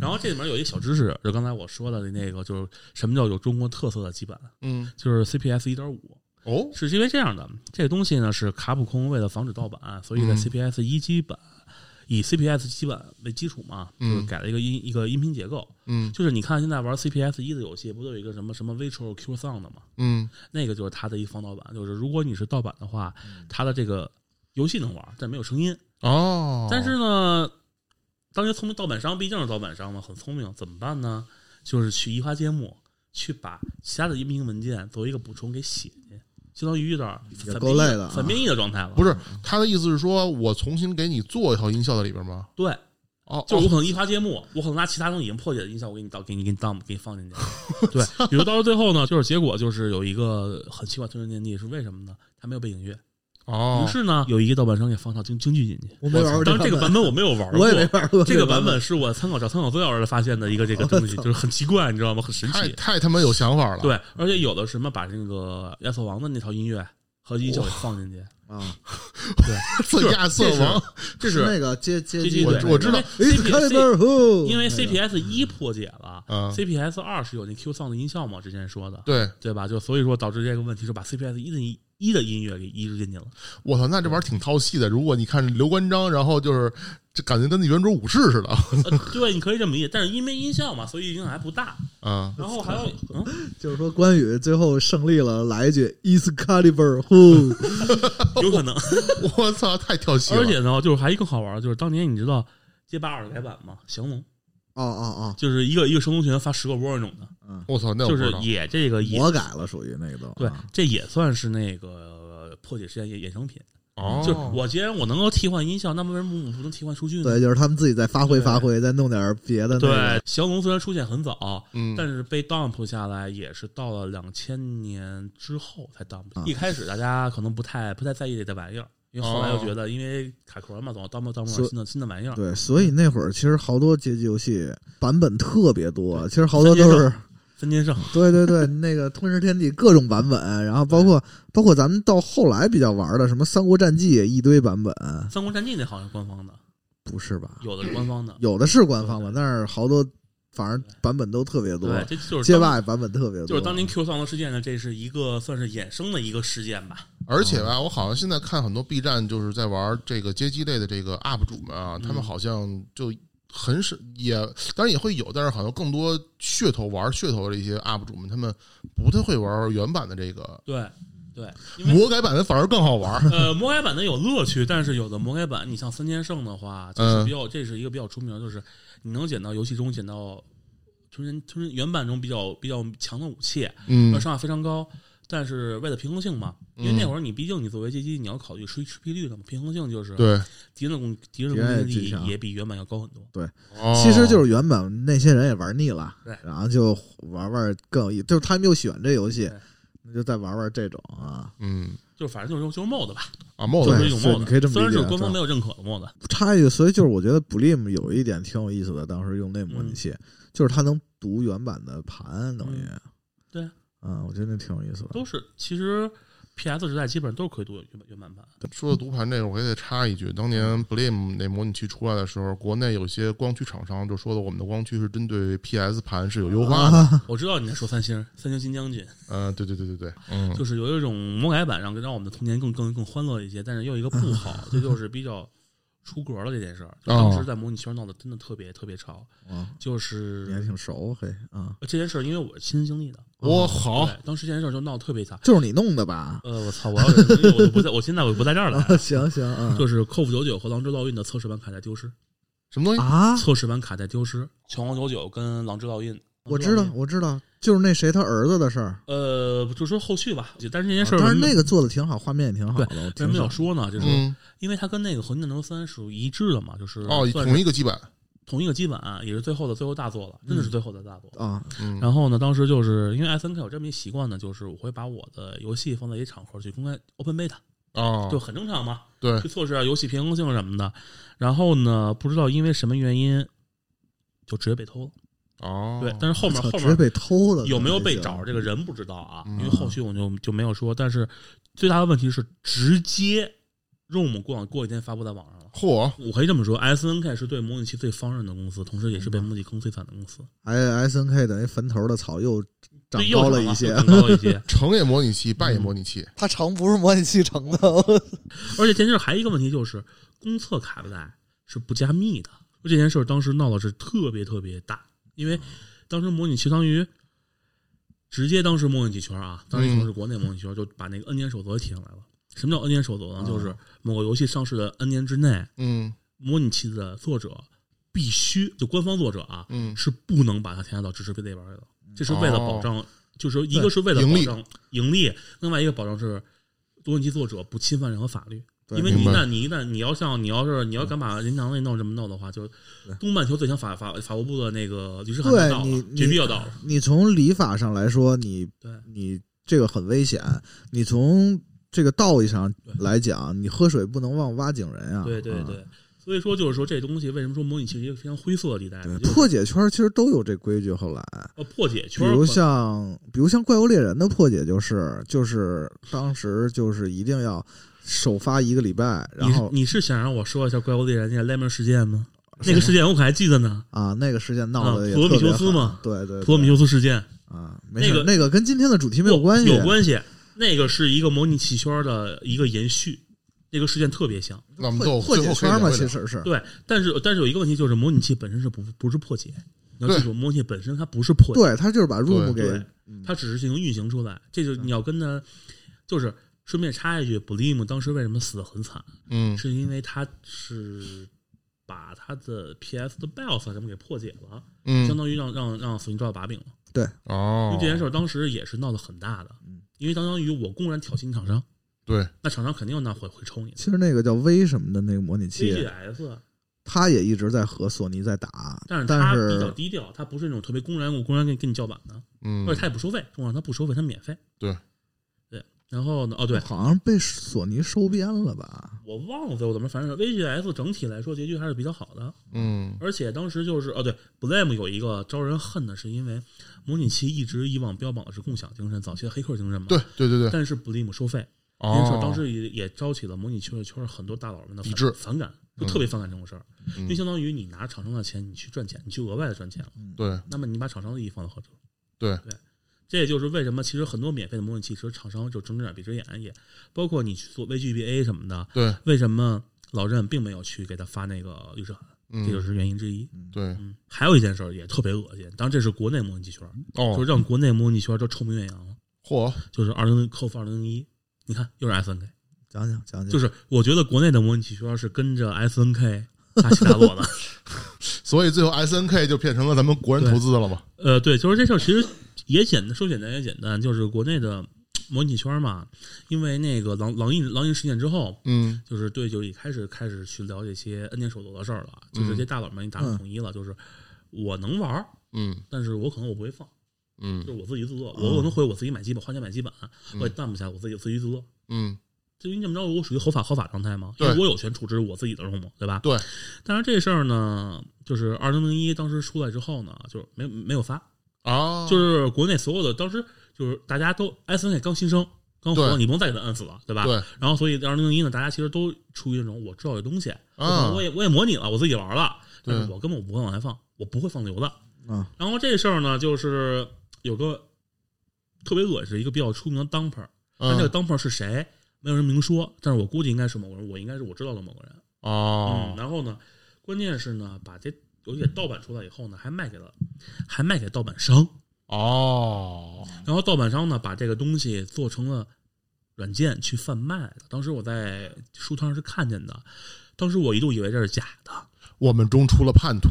然后这里面有一个小知识，就刚才我说的那个，就是什么叫有中国特色的基板，嗯，就是 CPS 一点五，哦，是因为这样的，这个东西呢是卡普空为了防止盗版，所以在嗯 CPS 一基板。以 CPS 基板为基础嘛，嗯就是改了一个音一个音频结构，嗯就是你看现在玩 CPS 一的游戏，不都有一个什么什么 Virtual Q Sound 嘛？嗯那个就是它的一防盗版，就是如果你是盗版的话，嗯它的这个游戏能玩，但没有声音。哦，但是呢，当年聪明盗版商毕竟是盗版商嘛，很聪明，怎么办呢？就是去移花接木，去把其他的音频文件作为一个补充给写进去，相当于有点儿也反编够译累的啊反编译的状态了。不是，是他的意思是说我重新给你做一套音效在里边吗？对，哦，就是我哦可能移花接木，我可能拿其他东西已经破解的音效，我给你倒，给你给你 dump，给你放进去。 对，比如到了最后呢，就是结果就是有一个很奇怪的推荐建议，是为什么呢？它没有背景乐，哦于，是呢，有一个盗版商给放套京京剧进去。我没玩过当然，哦这这个版版本我没有玩过，我也没玩过 这个版版本是我参考找参考资料而发现的一个这个东 西，就是很奇怪，你知道吗？很神太奇。太他妈有想法了，对，而且有的什么把那个亚瑟王的那套音乐和音效给放进去，啊，这亚瑟王这是那个接接这机这我对我知道哎因为 It's CPS Caliber 嗯 Who，因为那个 CPS 一破解了啊，CPS 二是有那 Q Sound 的音效嘛，之前说的，对，对吧？就所以说导致这个问题是把 CPS 一的音一的音乐给移植进去 了。我操，那这玩意儿挺讨戏的。如果你看刘关张，然后就是这感觉跟那圆桌武士似的呃对，你可以这么理解，但是因为音效嘛，所以影响还不大。啊。 然后还有，嗯，就是说关羽最后胜利了，来一句 It's Caliber Who，有可能。我操，太跳戏了！而且呢，就是还更好玩，就是当年你知道街霸二改版吗？降龙哦哦就是一个一个升龙拳发十个窝那种的，我操，哎那我就不知是道也这个哦，也魔改了属于那个都对啊，这也算是那个破解实验衍衍生品。哦，就是我既然我能够替换音效，那么为什么我不能替换数据呢？对，就是他们自己再发挥对发挥，再弄点别的那个对，降龙虽然出现很早，嗯但是被 dump 下来也是到了两千年之后才 dump 啊。一开始大家可能不太不太在意这个玩意儿，因为后来又觉得因为卡壳嘛，总要 dump dump 所点新的新的玩意儿。对，所以那会儿其实好多街机游戏版本特别多，其实好多都三阶是三金圣，对对对，那个《吞噬天地》各种版本，然后包括包括咱们到后来比较玩的什么《三国战记》一堆版本，三国战记那好像是官方的，不是吧？有的是官方的。有的是官方的，对但是好多反正版本都特别多，对，这就是街当霸也版本特别多，就是当年 Q 丧的事件呢，这是一个算是衍生的一个事件吧。而且吧，我好像现在看很多 B 站就是在玩这个街机类的这个 UP 主们啊，嗯他们好像就很少也，当然也会有，但是好像更多噱头玩噱头的一些 UP 主们，他们不太会玩原版的这个对， 对，因为魔改版的，反而更好玩。呃，魔改版的有乐趣，但是有的魔改版，你像三剑圣的话，嗯就是比较，这是一个比较出名的，就是你能捡到游戏中捡到吞人吞人原版中比较比较强的武器，嗯呃，伤害非常高。但是为了平衡性嘛，因为嗯那会儿你毕竟你作为街机，你要考虑吃吃皮率的嘛，平衡性就是对，敌人的攻敌人的敌人攻也击极强力也比原版要高很多。其实就是是原本那些人也玩腻了，对然后就玩玩更有意，就是他们又喜欢这游戏对，那就再玩玩这种啊。嗯就反正就是就是 mod 吧，啊，帽就是子一种是 mod，你哦可以这么虽然理解啊是官是吧方没有认可的 mod，插一句，所以就是我觉得 Blim 有一点挺有意思的，当时用那模拟器，嗯就是它能读原版的盘，等于、对啊嗯，我觉得那挺有意思的。都是其实 PS 时代基本上都是可以读原版原版版。说到读盘这个，我还得插一句，嗯当年 Blim 那模拟器出来的时候，国内有些光驱厂商就说的，我们的光驱是针对 PS 盘是有优化的。啊，我知道你在说三星，三星新将军嗯、对对对对对，嗯，就是有一种魔改版，让让我们的童年更更更欢乐一些，但是又有一个不 好，这就是比较出格了这件事儿。哦就当时在模拟圈闹得真的特别特别潮，哇就哦你还是挺熟，嘿啊，这件事儿，因为我亲身经历的，我哦好对，当时这件事儿就闹得特别惨。就是你弄的吧？呃，我操，我要是我就不在，我现在我就不在这儿 了。行行啊就是扣 o 九九和狼之烙印的测试版卡带丢失，什么东西？啊，测试版卡带丢失，拳皇九九跟狼之烙印，我知道狼之烙印。我知道，就是那谁他儿子的事儿。呃，就说后续吧，但是啊这件事儿但是没那个做的挺好，画面也挺好的，我为什挺么想要说呢？就是嗯，因为它跟那个合金战争三是一致的嘛，就是哦，算同是一个基本，同一个基本啊，也是最后的最后大作了，真的是最后的大作。啊，嗯，然后呢，当时就是因为 S N K 有这么一习惯呢，就是我会把我的游戏放在一场合去公开 Open Beta，哦，就很正常嘛，对去测试啊游戏平衡性什么的。然后呢，不知道因为什么原因，就直接被偷了。哦，对，但是后面操后直接面被偷了，有没有可能被就找着这个人不知道啊，嗯因为后续我就就没有说。但是最大的问题是直接 ROM 过过几天发布在网上了。嚯，我可以这么说，S N K 是对模拟器最放任的公司，同时也是被模拟坑最惨的公司， I S N K 等于坟头的草又长对又高长了了一 些又，长高了一些。成也模拟器，败也模拟器，它成不是模拟器成的，而且这件事还有一个问题就是，公测卡带是不加密的。这件事儿当时闹的是特别特别大，因为当时模拟器相当于直接当时模拟器圈啊，当时可能是国内模拟器圈就把那个 N 年守则提上来了。什么叫 N 年守则呢？就是某个游戏上市的 N 年之内，嗯模拟器的作者必须就官方作者啊，嗯，是不能把它添加到支持 Beta 玩的，这是为了哦保障，就是说一个是为了盈利保障盈利，另外一个保障是多人机作者不侵犯任何法律。对因为你一明白旦你一旦你要像你要是你要敢把人墙那弄这么弄的话，就是东半球最强法法法务部的那个律师函就对到你了，你嗯绝壁要到了。你从礼法上来说，你对你这个很危险，你从这个道义上来讲，你喝水不能忘挖井人啊，对对啊对，所以说就是说这东西为什么说模拟器是一个非常灰色的地带呢？就是破解圈其实都有这规矩，后来。呃破解比圈儿如和，像，比如像《怪物猎人》的破解就是，就是当时就是一定要首发一个礼拜，然你是后你是想让我说一下怪物猎人那个 Lemon 事件吗？那个事件我可还记得呢，啊，那个事件闹啊得也普罗米特别修斯狠嘛对对对，普罗米修斯事件啊，没事那个那个跟今天的主题没有关系，有关系。那个是一个模拟器圈儿的一个延续，那个事件特别像。那我们破就破最解后可以圈聊嘛，一聊其实是对，但是但是有一个问题就是模拟器本身是不不是破解，你要记对住模拟器本身它不是破解，对，他就是把对 room 给它只是进行运行出来。这就是你要跟它，就是顺便插一句，Blim 当时为什么死的很惨，嗯，是因为他是把他的 PS 的 BIOS 什么给破解了，相嗯，当于让让让索尼抓到把柄了。因哦嗯为，这件事儿当时也是闹得很大的，因为相当于我公然挑衅厂商，对，那厂商肯定那会会抽你的。其实那个叫 V 什么的那个模拟器， VGS，他也一直在和索尼在打，但是但他比较低调，他不是那种特别公然我公然跟你跟你叫板的。嗯而，且他也不收费，重要是他不收费，他免费。对，对。然后呢？哦，对，好像被索尼收编了吧？我忘了最后怎么，反正 VGS 整体来说结局还是比较好的。嗯，而且当时就是，哦，对，Blame 有一个招人恨的是因为模拟器一直以往标榜的是共享精神，早期的黑客精神嘛。对。对对对，但是 Blame 收费，这件事哦儿，当时也也招起了模拟圈圈很多大佬们的抵制反反感，就嗯特别反感这种事儿，嗯因为相当于你拿厂商的钱，你去赚钱，你去额外的赚钱了，对那么你把厂商的利益放到何处？对对，这也就是为什么其实很多免费的模拟器，其实厂商就睁只眼闭只眼，也包括你去做 VGBA 什么的，对，为什么老任并没有去给他发那个律师函，这就嗯，是原因之一。对，嗯，还有一件事儿也特别恶心，当然这是国内模拟器圈，就哦，让国内模拟器圈都臭名远扬了，嚯，就是二零扣负二零一。你看，又是 SNK，讲讲讲讲，就是我觉得国内的模拟器圈是跟着 SNK 大起大落的。 所以最后 S N K 就变成了咱们国人投资的了嘛？呃，对，就是这事儿其实也简单，说简单也简单，就是国内的模拟圈嘛，因为那个狼狼印狼印事件之后，嗯就是对，就是一开始开始去聊这些 N 年手游的事儿了，就是这些大佬们已经达成统一了，就是我能玩儿，嗯但是我可能我不会放，就嗯是我自己自乐，我可能会我自己买基本，花钱买基本，我也办不下，我自己自己自乐。嗯，至于这么着，我属于合法合法状态吗？因为对我有权处置我自己的任务，对吧？对。但是这事儿呢，就是二零零一当时出来之后呢，就是没没有发，啊，就是国内所有的当时就是大家都 S N K 刚新生刚火，对你不能再给他摁死了，对吧？对，然后所以二零零一呢，大家其实都出于那种我知道这东西，我可啊能我也我也模拟了，我自己玩了，但是对我根本我不会往外放，我不会放流的。啊，然后这事儿呢，就是有个特别恶心，一个比较出名的 e dumper，但这个嗯 dumper 是谁没有人明说，但是我估计应该是某个人，我应该是我知道的某个人。嗯，哦，然后呢，关键是呢，把这游戏给盗版出来以后呢，还卖给了还卖给盗版商。哦，然后盗版商呢，把这个东西做成了软件去贩卖的。当时我在书摊上是看见的，当时我一度以为这是假的。我们中出了叛徒，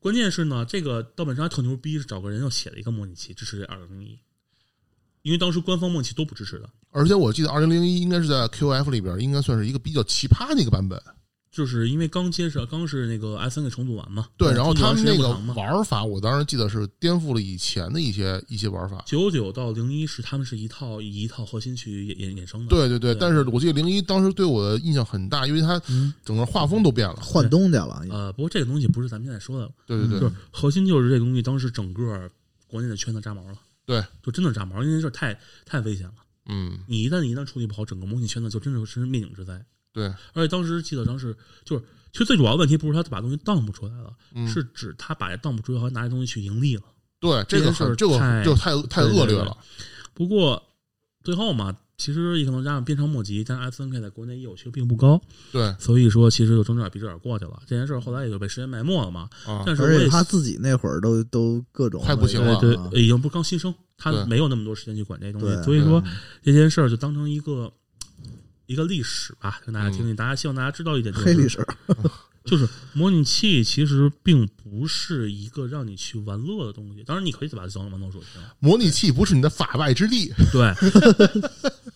关键是呢，这个盗版商还特牛逼，是找个人又写了一个模拟器支持这二零零一，因为当时官方模拟器都不支持的，而且我记得二零零一应该是在 Q F 里边，应该算是一个比较奇葩的一个版本。就是因为刚接手，刚是那个 S N 给重组完嘛，啊对，然后重组完哦时他们间那不个长嘛，玩法，我当时记得是颠覆了以前的一些一些玩法。九九到零一是他们是一套以一套核心去衍衍衍生的，对对对对，嗯但是我记得零一当时对我的印象很大，因为它整个画风都变了。换东家了，呃，不过这个东西不是咱们现在说的，对对就对是，核心就是这东西，当时整个国内的圈子炸毛了，对，就真的炸毛，因为这事儿太太危险了。嗯，你一旦一旦处理不好，整个模拟圈子就真的是灭顶之灾。对，而且当时记得当时就是，其实最主要的问题不是他把东西荡不出来了，嗯是指他把这荡不出来，好像拿这东西去盈利了。对，这这个件事儿很这个太很这个太太恶劣了。不过最后嘛，其实也可能加上鞭长莫及，但是 S N K 在国内业务其实并不高，对所以说其实就睁着眼闭着眼过去了。这件事儿后来也就被时间埋没了嘛。啊，但是我而且也他自己那会儿都都各种快不行了对啊，对，已经不是刚新生，他对没有那么多时间去管这些东西，对所以说嗯这件事儿就当成一个一个历史吧，跟大家嗯听听。大家希望大家知道一点，就是黑历史，就是模拟器其实并不是一个让你去玩乐的东西，当然你可以把它当玩乐属性，模拟器不是你的法外之地。对，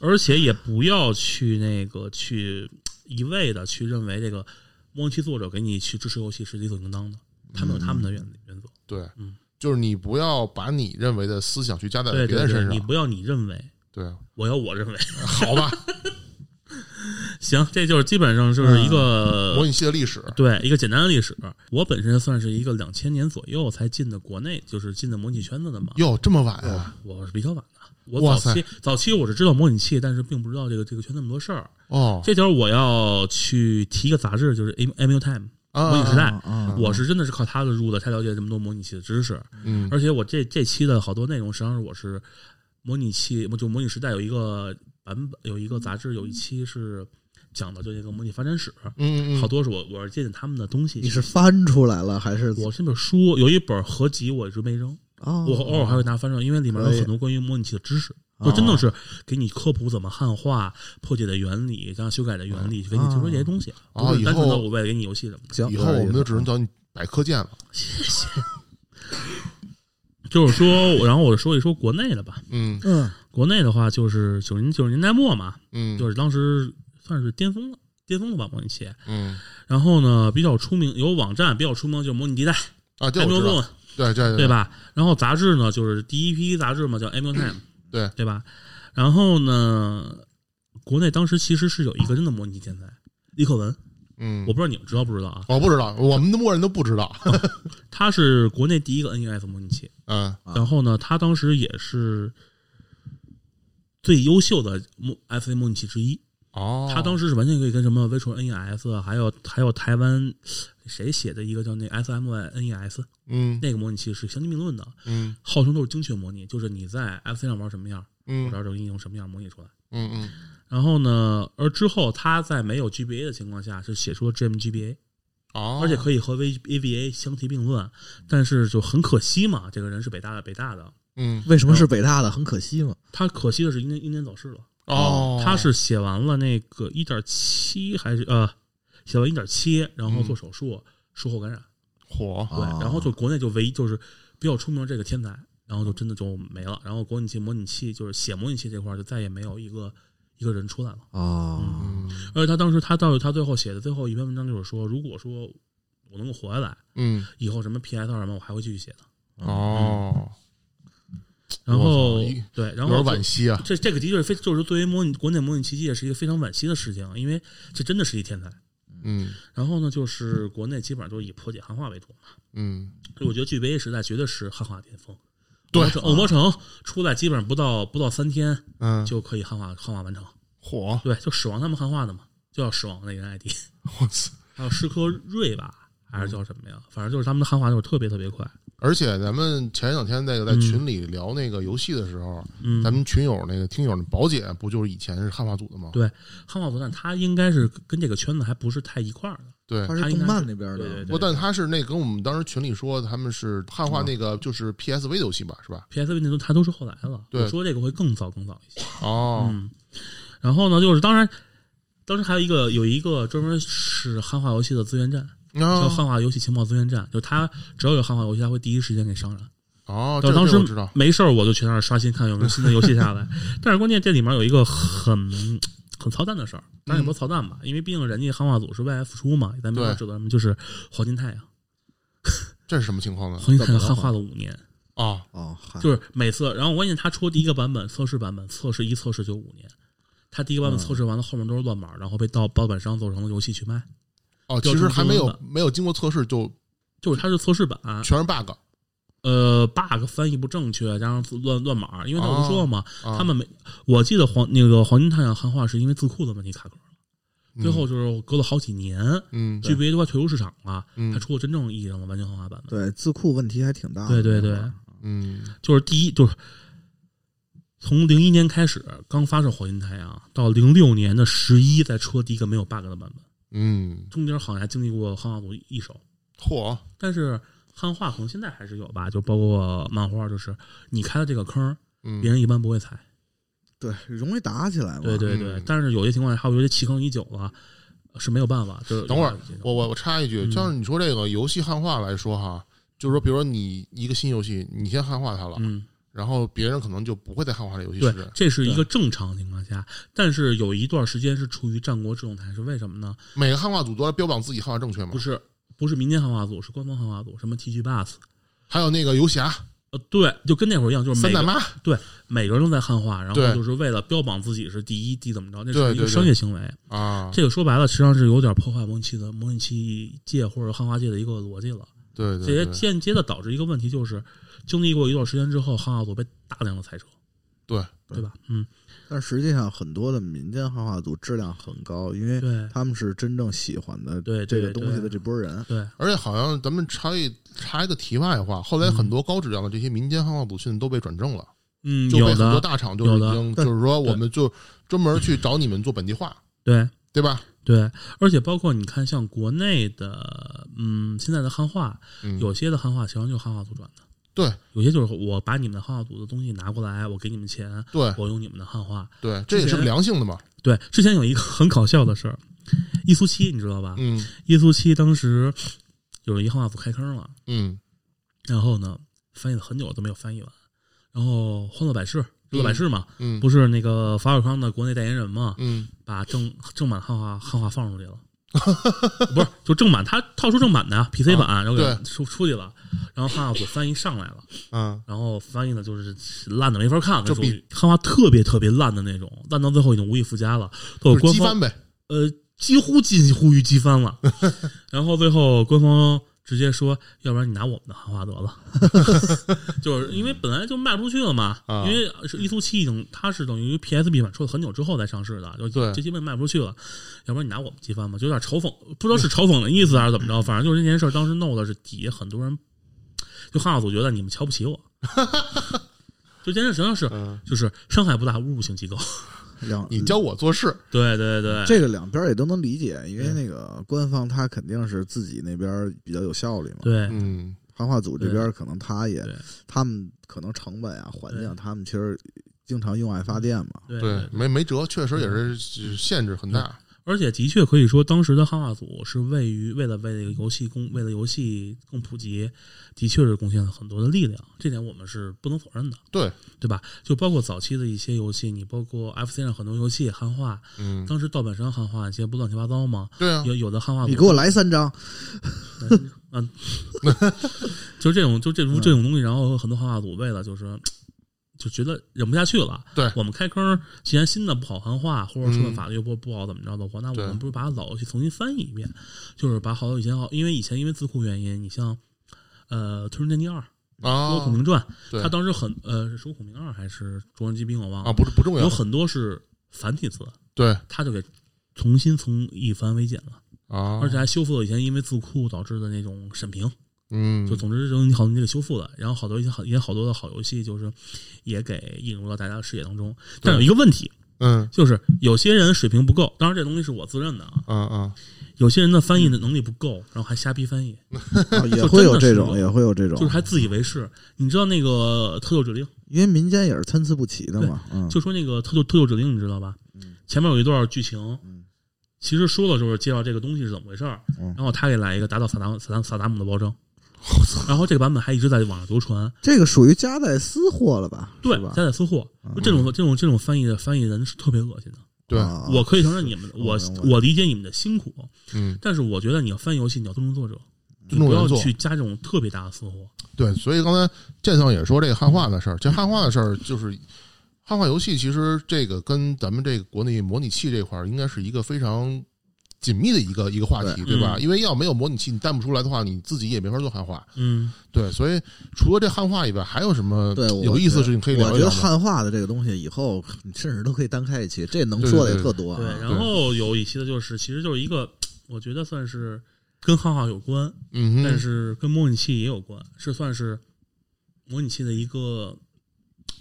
而且也不要去那个去一味的去认为这个模拟器作者给你去支持游戏是理所应当的，他们有他们的原原则。对嗯，就是你不要把你认为的思想去加在对别对人对，身你上。不要你认为，对，我要我认为。好吧， 行，这就是基本上就是一个、模拟器的历史，对一个简单的历史。我本身算是一个两千年左右才进的国内，就是进的模拟圈子的嘛。哟，这么晚啊？我是比较晚的，我哇早期早期我是知道模拟器，但是并不知道这个这个圈那么多事儿。哦，这就是我要去提一个杂志，就是 M M U Time 啊模拟时代。啊，我是真的是靠它的入的，才了解这么多模拟器的知识。嗯而且我这这期的好多内容，实际上是我是模拟器，就模拟时代有一个版本，有一个杂志，有一期是讲的就那个模拟发展史，嗯嗯，好多是我我是借鉴他们的东西。你是翻出来了还是我这本书有一本合集，我一直没扔，啊？我偶尔还会拿翻出来，因为里面有可以很多关于模拟器的知识。哦就真的是给你科普怎么汉化、破解的原理，然后修改的原理，给你就说这些东西，哦不是嗯以单纯的后我为了给你游戏什么的。行，以后我们就只能叫你百科剑了。就是说，我然后我说一说国内的吧。嗯嗯国内的话，就是九零九十年代末嘛，嗯，就是当时算是巅峰了，巅峰了吧模拟器。嗯然后呢，比较出名有网站比较出名就是模拟地带啊，这 m 我 u r 知道， o 对对对？吧？然后杂志呢，就是第一批杂志嘛，叫 m u Time，嗯对对吧？然后呢，国内当时其实是有一个真的模拟天才，李克文，嗯，我不知道你们知道不知道啊？我哦不知道，我们的默认都不知道。他是国内第一个 NES 模拟器，嗯啊然后呢，他当时也是最优秀的模 FC 模拟器之一。哦他当时是完全可以跟什么微创 NES，啊还有还有台湾谁写的一个叫那 SMY NES 嗯 E 那个模拟器是相提并论的，嗯号称都是精确模拟，就是你在 FC 上玩什么样，我嗯照这个应用什么样模拟出来。嗯嗯然后呢，而之后他在没有 GBA 的情况下是写出了 GMGBA，哦，而且可以和 V AVA 相提并论，但是就很可惜嘛，这个人是北大的北大的，嗯为什么是北大的？很可惜嘛。他可惜的是英年英年早逝了。哦，他是写完了那个一点七还是呃，写完一点七，然后做手术，嗯术后感染，火对，然后就国内就唯一就是比较出名这个天才，然后就真的就没了。然后模拟器模拟器就是写模拟器这块儿就再也没有一个一个人出来了。啊，嗯而且他当时他到他最后写的最后一篇文章就是说，如果说我能够活下来，嗯以后什么 PS 二什么我还会继续写的。嗯哦，然后我操一对，然有后点就惋惜啊。这这个的确是非就是对于模拟国内模拟器界是一个非常惋惜的事情，因为这真的是一天才。嗯然后呢，就是国内基本上都是以破解汉化为主嘛，嗯，所以我觉得 GBA 时代绝对是汉化巅峰。对恶啊魔城恶魔城出来基本上不到不到三天嗯，就可以汉化汉化完成，火，对，就史王他们汉化的嘛，就叫史王那个 ID， 我操！嗯还有诗科瑞吧，还是叫什么呀？反正就是他们的汉化就是特别特别快。而且咱们前两天那个在嗯群里聊那个游戏的时候，嗯，咱们群友那个听友宝姐不就是以前是汉化组的吗？对汉化作战，它应该是跟这个圈子还不是太一块儿的。对他，是动漫那边对对的，对不，但他是那跟我们当时群里说他们是汉化那个就是 PSV 的游戏吧，是吧？ PSV 那都它都是后来了，对我说这个会更早更早一些。哦，嗯，然后呢，就是当然，当时还有一个有一个专门是汉化游戏的资源站，叫汉哦，化游戏情报资源站，就是它只要有汉化游戏，它会第一时间给上上。哦，就这当这时我知道，没事儿，我就去那儿刷新，看有没有新的游戏 下来。但是关键这里面有一个很很操蛋的事儿，当然也不是操蛋吧，因为毕竟人家汉化组是为爱付出嘛，咱没法嗯对指责他们。就是黄金太阳，这是什么情况呢？黄金太阳怎么了汉化了五年，啊，哦，嗨就是每次，然后关键他出第一个版本测试版本，测试一测试就五年。他第一个嗯版本测试完了，后面都是乱码，然后被盗盗版商做成了游戏去卖。哦，就其实中还没有中文没有经过测试就就是它是测试版，全是 bug，呃，bug 翻译不正确，加上乱乱码，因为他我不说了嘛，哦他们没，我记得黄那个黄金太阳汉化是因为字库的问题卡壳，嗯最后就是隔了好几年嗯，GBA 都快退出市场了，嗯才出了真正意义上的完全汉化版本。对字库问题还挺大对的。对那对会儿，嗯就是第一就是从零一年开始刚发售黄金太阳，啊到零六年的十一再出了第一个没有 bug 的版本，嗯，中间好像还经历过汉化组一手，嚯，但是汉化可能现在还是有吧，就包括漫画，就是你开了这个坑，嗯别人一般不会踩。对，容易打起来嘛。对对对，嗯但是有些情况下，还有些弃坑已久了，是没有办法。就是等会儿有这种我我我插一句，嗯像你说这个游戏汉化来说哈，就是说，比如说你一个新游戏，你先汉化它了，嗯，然后别人可能就不会再汉化这游戏，是对不是，？这是一个正常情况下，但是有一段时间是处于战国状态，是为什么呢？每个汉化组都要标榜自己汉化正确嘛不。是不是民间汉化组，是官方汉化组，什么 TG Bus，还有那个游侠，呃，对，就跟那会儿一样，就是三每大个妈，每个人都在汉化，然对后就是为了标榜自己是第一，第怎么着，那对是一对个对商业行为。啊，这个说白了，实际上是有点破坏模拟器的模拟器界或者汉化界的一个逻辑了。对这对也对间接的导致一个问题，就是经历过一段时间之后，汉化组被大量的裁撤，对对吧？嗯，但实际上很多的民间汉化组质量很高，因为对他们是真正喜欢的对这对个东西的对这波人。对，而且好像咱们插一插一个题外话，后来很多高质量的这些民间汉化组训都被转正了，嗯，就被有很多的，大厂就是已有的经对就是说我们就专门去找你们做本地化，对对吧？对，而且包括你看，像国内的，嗯，现在的汉化，嗯，有些的汉化实际上就是汉化组转的，对有些就是我把你们的汉化组的东西拿过来，我给你们钱，对我用你们的汉化。对，这也是之前良性的嘛，对，之前有一个很搞笑的事儿，易苏七你知道吧？嗯易苏七当时有一汉化组开坑了，嗯然后呢，翻译了很久都没有翻译完，然后欢乐百事。乐百事嘛，嗯，不是那个法尔康的国内代言人嘛，嗯把正正版汉化汉化放出去了，不是就正版，他套出正版的 PC 版，然后啊对给出出去了，然后汉化组翻译上来了，嗯然后翻译的就是烂的没法看，那就属于比汉化特别特别烂的那种，烂到最后已经无以复加了，都就有是官机翻方呗，呃几乎近乎于击翻 了，然后最后官方直接说，要不然你拿我们的汉化得 了，就是因为本来就卖不出去了嘛，啊因为是一苏七已经它是等于 PSB 版出了很久之后才上市的，就对就基本卖不出去了，要不然你拿我们击翻吧，就有点嘲讽，不知道是嘲讽的意思还是怎么着，反正就是这件事儿当时弄的是底下很多人，就汉化组觉得你们瞧不起 我。就这件事实际上是，嗯，就是伤害不大，侮辱性极高。两嗯你教我做事，对对对，这个两边也都能理解，因为对那个官方他肯定是自己那边比较有效率嘛。对嗯汉化组这边可能他也对，他们可能成本啊、环境啊，对他们其实经常用爱发电嘛。对对，没没辙，确实也是限制很大，而且的确可以说，当时的汉化组是位于为了为了游戏公为了游戏更普及，的确是贡献了很多的力量，这点我们是不能否认的，对对吧？就包括早期的一些游戏，你包括 FC 上很多游戏汉化，嗯，当时盗版商汉化一些不乱七八糟嘛，对啊，有有的汉化组你给我来 三张，嗯，就是这种，就这嗯种这种东西，然后很多汉化组为了就是就觉得忍不下去了。对我们开坑，既然新的不好汉化，或者说嗯法律不不好怎么着的话，那对我们不如把老游戏重新翻译一遍，就是把好久以前好，因为以前因为字库原因，你像呃《吞人剑第二》《啊倭孔明传》，对它当时很呃是《倭孔明二》还是《捉人机兵》我忘了，啊，不是不重要有，很多是繁体字，对它就给重新从一繁为简了，啊，而且还修复了以前因为字库导致的那种审评。嗯，就总之，就你好，你给修复了，然后好多一些好也好多的好游戏，就是也给引入到大家的视野当中。但有一个问题，嗯就是有些人水平不够，当然这东西是我自认的啊。嗯嗯，有些人的翻译的能力不够，然后还瞎逼翻译，啊也会有这种，真的是有也会有这种就是，还自以为是。你知道那个《特救指令》，因为民间也是参差不齐的嘛。嗯，就说那个《特救特救指令》，你知道吧？前面有一段剧情嗯，其实说了就是介绍这个东西是怎么回事儿，嗯然后他给来一个打倒萨达姆萨达萨达姆的包装，然后这个版本还一直在网上流传，这个属于夹带私货了吧？对是，吧夹？带私货，就这种这种这种翻译的翻译人是特别恶心的。对，啊我可以承认你们，我我明白我理解你们的辛苦，嗯，但是我觉得你要翻游戏，你要尊重作者，尊重不要原作，去加这种特别大的私货。对，所以刚才建总也说这个汉化的事儿，其实汉化的事儿就是汉化游戏，其实这个跟咱们这个国内模拟器这块儿应该是一个非常紧密的一个一个话题，对对吧？嗯因为要没有模拟器，你弹不出来的话，你自己也没法做汉化。嗯，对，所以除了这汉化以外，还有什么对我有意思的事情可以聊我一觉得聊吗？汉化的这个东西，以后甚至都可以单开一期，这能说的也特多啊。对。然后有一期的就是，其实就是一个，我觉得算是跟浩浩有关，嗯哼，但是跟模拟器也有关，是算是模拟器的一个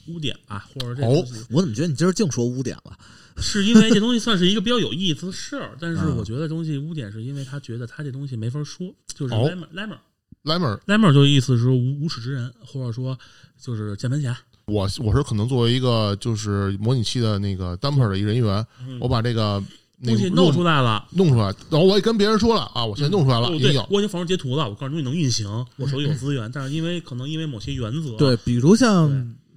污点吧，或者这东西我怎么觉得你今儿净说污点了？是因为这东西算是一个比较有意思的事儿，但是嗯我觉得东西污点是因为他觉得他这东西没法说，就是哦 Lemmer Lemmer 莱门， Lemmer 就意思是无无耻之人，或者说就是键盘侠。我我是可能作为一个就是模拟器的那个 dumper 的一人员，我把这个那嗯东个西弄出来，来了，弄出来，然后我也跟别人说了啊，我现在弄出来了，哦也对有，，我已经放出截图了。我告诉你，东西能运行，我手里有资源，但是因为可能因为某些原则，对，比如像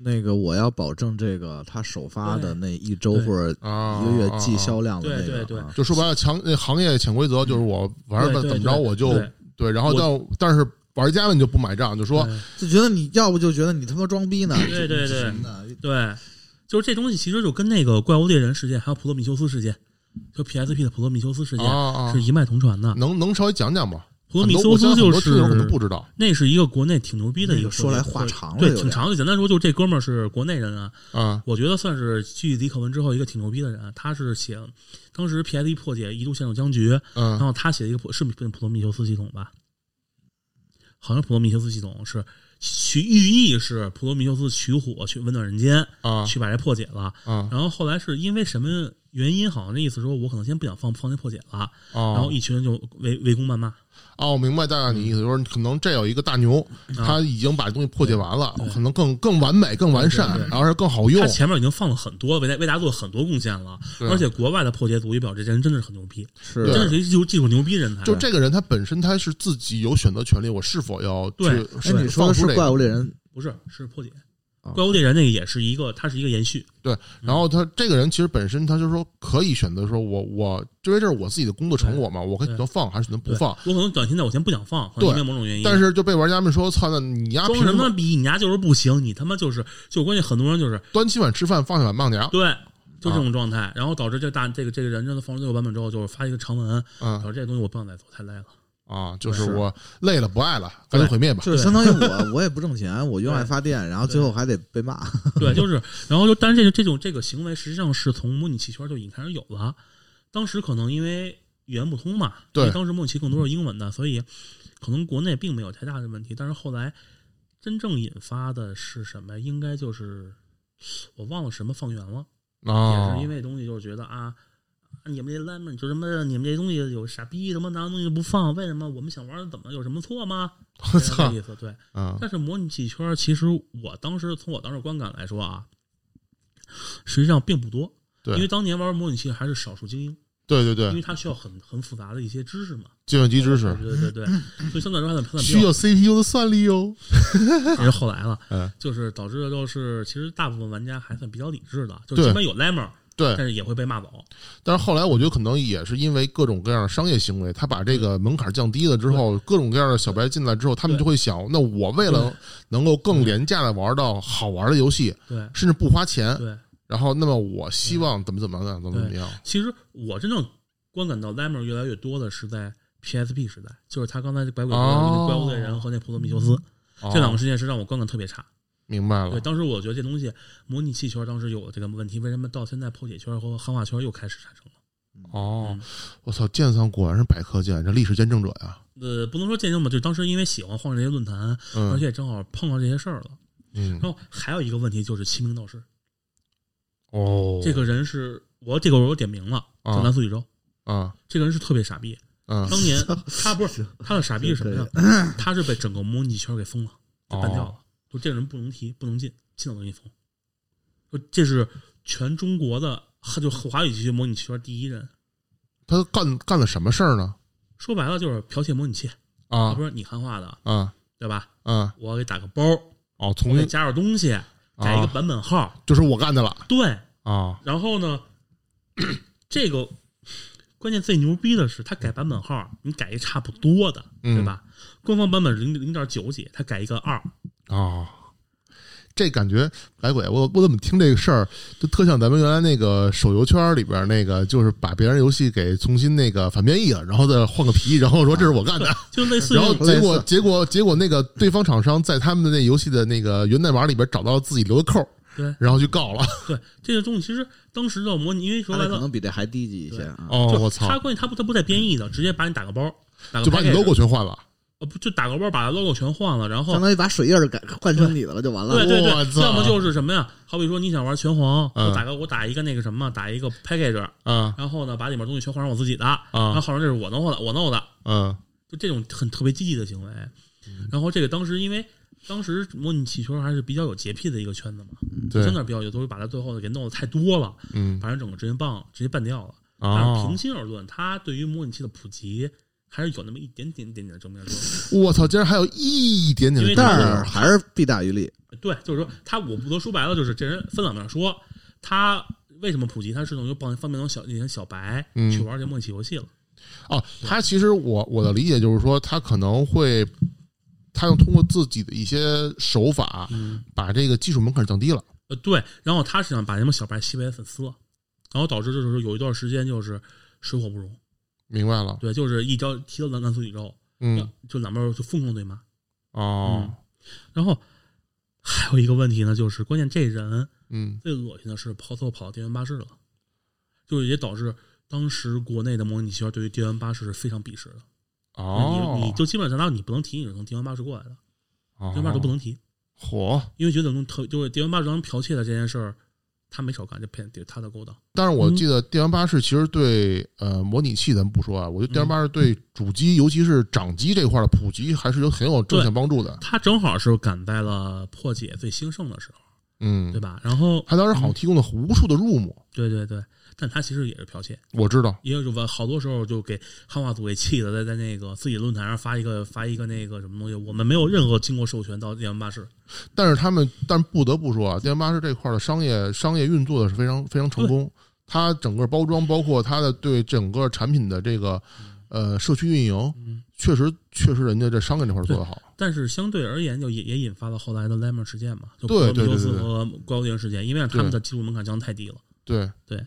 对那个，我要保证这个他首发的那一周对或者啊，一个月啊季啊销量的对那个啊，对就说白了，强那行业潜规则就是我玩儿嗯对怎对么着对我就对对，然后我但但是玩家们就不买账，就说对就觉得你要不就觉得你他妈装逼呢，对对对什么的对，就是这东西其实就跟那个《怪物猎人》事件还有《普罗米修斯》事件，就 PSP 的《普罗米修斯》事件、啊啊是，一脉同传的。能能稍微讲讲吗？普罗很米多修我相斯信很就多听友可能是不知道那是一个国内挺牛逼的一那个个社说会来话长了对有，点挺长的。简单说，就这哥们儿是国内人啊，啊我觉得算是继李可文之后一个挺牛逼的人。啊他是写当时 PSP 破解一度陷入僵局，然嗯后他写了一个普是普罗米修斯系统吧，好像普罗米修斯系统是取寓意是普罗米修斯取火去温暖人间，啊去把这破解了。啊然后后来是因为什么原因，好像那意思说我可能先不想放放弃破解了，然后哦一群人就围围攻谩骂。哦，我明白大概你意思，就是可能这有一个大牛，他已经把东西破解完了，可能更更完美、更完善，然后是更好用他。前面已经放了很多，为大为大家做了很多贡献了，对啊而且国外的破解组也表示这人真的是很牛逼，是真对的是一技术技术牛逼人才。就这个人，他本身他是自己有选择权利，我是否要去对哎，你说放出的是这怪个？物猎人不是是破解啊。怪物猎人那个也是一个，它是一个延续，对，然后他这个人其实本身他就说可以选择说我我因为这是我自己的工作成果嘛，我可以选择放还是选择不对放。我可能短期内我先不想放，可对能因为某种原因。但是就被玩家们说：“操，那你丫装凭什什么么逼？你丫就是不行，你他妈就是就关键很多人就是端起碗吃饭，放下碗骂娘对，就这啊种状态，然后导致这大这个这个人真的放出这个版本之后，就是发一个长文，导嗯致这东西我不想再做，太累了。啊，就是是我累了不爱了，赶紧对毁灭吧。就是对相当于我， 我也不挣钱，我用爱对发电，然后最后还得被骂。对，就是，然后就，但是这个这种这个行为实际上是从模拟器圈就已经开始有了。当时可能因为语言不通嘛，对因为当时模拟器更多是英文的，所以可能国内并没有太大的问题。但是后来真正引发的是什么？应该就是我忘了什么放源了，啊也是因为东西就是觉得啊。你们这烂们就什么，你们这东西有傻逼什么拿东西不放，为什么我们想玩儿怎么有什么错吗？大我概操这意思对，啊但是模拟器圈儿，其实我当时从我当时观感来说啊，实际上并不多，对因为当年玩模拟器还是少数精英，对对因为对，它需要很很复杂的一些知识嘛，计算机知识对对对对，所以相对来说还算还算比较嗯需要 CPU 的算力哦。也是后来了，嗯就是导致的就是其实大部分玩家还算比较理智的，就对即便有 lemmer，对但，是也会被骂走，但是后来我觉得可能也是因为各种各样的商业行为，他把这个门槛降低了之后，各种各样的小白进来之后，他们就会想：那我为了能够更廉价的玩到好玩的游戏，对甚至不花钱，对。然后那么我希望怎么怎么样，怎么怎么样。其实我真正观感到 lemmer 越来越多的是在 PSP 时代，就是他刚才白鬼说的那个哦怪物猎人和那普罗米修斯、哦这两个事件是让我观感特别差。明白对，了，当时我觉得这东西模拟器圈当时有了这个问题，为什么到现在破解圈和汉化圈又开始产生了？哦嗯，我操，剑三果然是百科剑，这历史见证者呀。呃，不能说见证吧，就当时因为喜欢晃这些论坛，而嗯且正好碰到这些事儿了。嗯然后还有一个问题就是清明道士，哦，这个人是我这个我有点名了，啊叫南苏宇宙，啊这个人是特别傻逼。嗯当 年他不是他的傻逼是什么呀？ 他是被整个模拟器圈给封了，就哦 ban 掉了。就这个人不能提，不能进，进了都给你封。就这是全中国的，就华语地区模拟器圈第一人。他干干了什么事儿呢？说白了就是剽窃模拟器，啊不是你汉化的，啊对吧？啊！我给打个包，哦，我从给加点东西，改啊一个版本号，就是我干的了对。啊然后呢， 这个关键最牛逼的是，他改版本号，你改一差不多的，嗯对吧？官方版本零零点九几，他改一个二，哦，这感觉百鬼，我我怎么听这个事儿就特像咱们原来那个手游圈里边那个，就是把别人游戏给重新那个反编译了，然后再换个皮，然后说这是我干的，就啊类似于然后结果类似结果结果那个对方厂商在他们的那游戏的那个源代码里边找到了自己留的扣，对然后去告 了。对这个东西，其实当时的模拟，因为说他白那可了，能比这还低级一些啊。哦，我他操，关键他不他不带编译的，直接把你打个包，打个就把你 package， logo 全换了。呃不就打个包把 logo 全换了，然后相当于把水印儿改换成你的了，就完对了。对我对，操要么就是什么呀？好比说你想玩拳皇，嗯我打个我打一个那个什么，打一个 package，啊然后呢把里面东西全换成我自己的，然后啊好像这是我弄的，我弄的，嗯就这种很特别积极的行为。然后这个当时因为当时模拟器圈还是比较有洁癖的一个圈子嘛，对真的比较有，都是把它最后给弄的太多了，嗯把人整个直接棒直接办掉了。但是啊平！心而论，它对于模拟器的普及还是有那么一点点点点的正面作用。我操，竟然还有一点点因为的他道但理，是还是弊大于利。对，就是说他，我不得说白了，就是这人分两面说，他为什么普及？他是等于帮方便能小那些小白嗯去玩这模拟器游戏了。哦，他其实我我的理解就是说，他可能会他又通过自己的一些手法，嗯，把这个技术门槛降低了。呃，对，然后他是想把那帮小白吸为粉丝了，然后导致就是有一段时间就是水火不容，明白了，对，就是一交提到男男足宇宙，嗯，就两边就疯狂对骂。哦，然后还有一个问题呢，就是关键这人嗯，最恶心的是跑错跑到电源巴士了，就是也导致当时国内的模拟器圈对于电源巴士是非常鄙视的。哦，你你就基本上到你不能提，你是从电源巴士过来的，电电源巴士都不能提，火，因为觉得能特就是电源巴士当剽窃的这件事儿，他没少干，这骗他的勾当。但是我记得电玩巴士其实对呃模拟器咱不说啊，我觉得电嗯玩巴士对主机，尤其是掌机这块的普及还是有很有正向帮助的。他正好是赶在了破解最兴盛的时候，嗯对，吧？然后它当时好像提供了无数的入目，对对对，但他其实也是剽窃，我知道。因为就把好多时候就给汉化组给气的，在在那个自己论坛上发一个发一个那个什么东西，我们没有任何经过授权到电玩巴士，但是他们，但不得不说啊，电玩巴士这块的商业商业运作的是非常非常成功。它整个包装，包括它的对整个产品的这个呃社区运营，嗯，确实确实人家这商业这块做得好。但是相对而言，就也也引发了后来的 Lemon 事件嘛，就对普罗米对对修斯对对和怪物猎人事件，因为他们的技术门槛降得太低了。对对，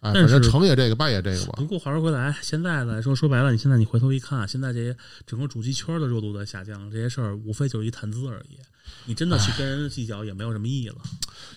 哎，但反是正成也这个，败也这个吧不。过话说回来，现在来说说白了，你现在你回头一看，现在这些整个主机圈的热度在下降，这些事儿无非就是一谈资而已。你真的去跟人计较也没有什么意义了。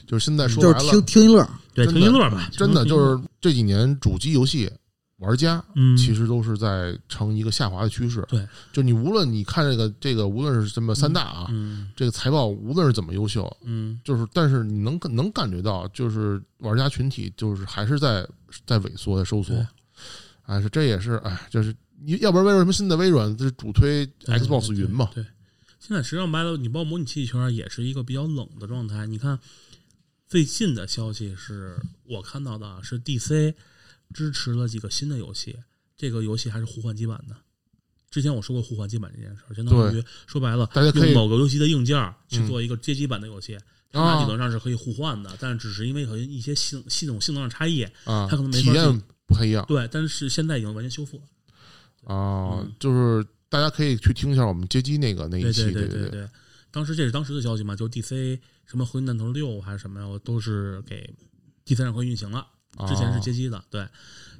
就是现在说就是白了听，听一乐儿，对，真听的一乐吧，真的听一就乐是这几年主机游戏玩家嗯，其实都是在呈一个下滑的趋势。对，就你无论你看这个这个，无论是什么三大啊，嗯这个财报无论是怎么优秀，嗯，就是但是你能能感觉到，就是玩家群体就是还是在在萎缩，在收缩对。哎，是这也是哎，就是你要不然为什么现在微软就是主推哎对 Xbox 云嘛？对，对对现在实际上白了，你包括模拟器圈也是一个比较冷的状态。你看最近的消息是我看到的啊是 DC 支持了几个新的游戏，这个游戏还是互换机版的。之前我说过互换机版这件事儿，相当于说白了，大家可以用嗯某个游戏的硬件儿去做一个街机版的游戏，它啊理论上是可以互换的，但是只是因为可能一些系系统性能上差异，啊，它可能没体法验不太一样对，但是现在已经完全修复了。啊嗯，就是大家可以去听一下我们街机那个那一对期，对对对对，当时这是当时的消息嘛，就 DC 什么合金弹头六还是什么呀，我都是给第三上会运行了，之前哦是街机的，对。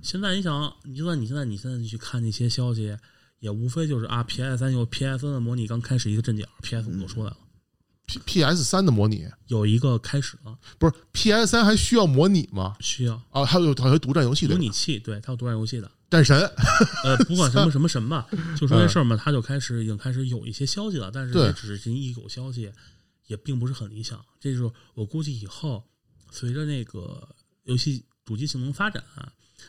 现在你想，你就算你现在你现在去看那些消息，也无非就是啊，PS 三有 PS 三的模拟刚开始一个阵脚，PS 五都出来了， P P S 三的模拟，有一个开始了，不是 P S 三还需要模拟吗？需要啊，还有还有独占游戏对模吧拟器，对，它有独占游戏的，战神，呃，不管什么什么什么吧，就说这事儿嘛，它就开始已经开始有一些消息了，但是对也只是一股消息，也并不是很理想。这就是我估计以后随着那个游戏主机性能发展，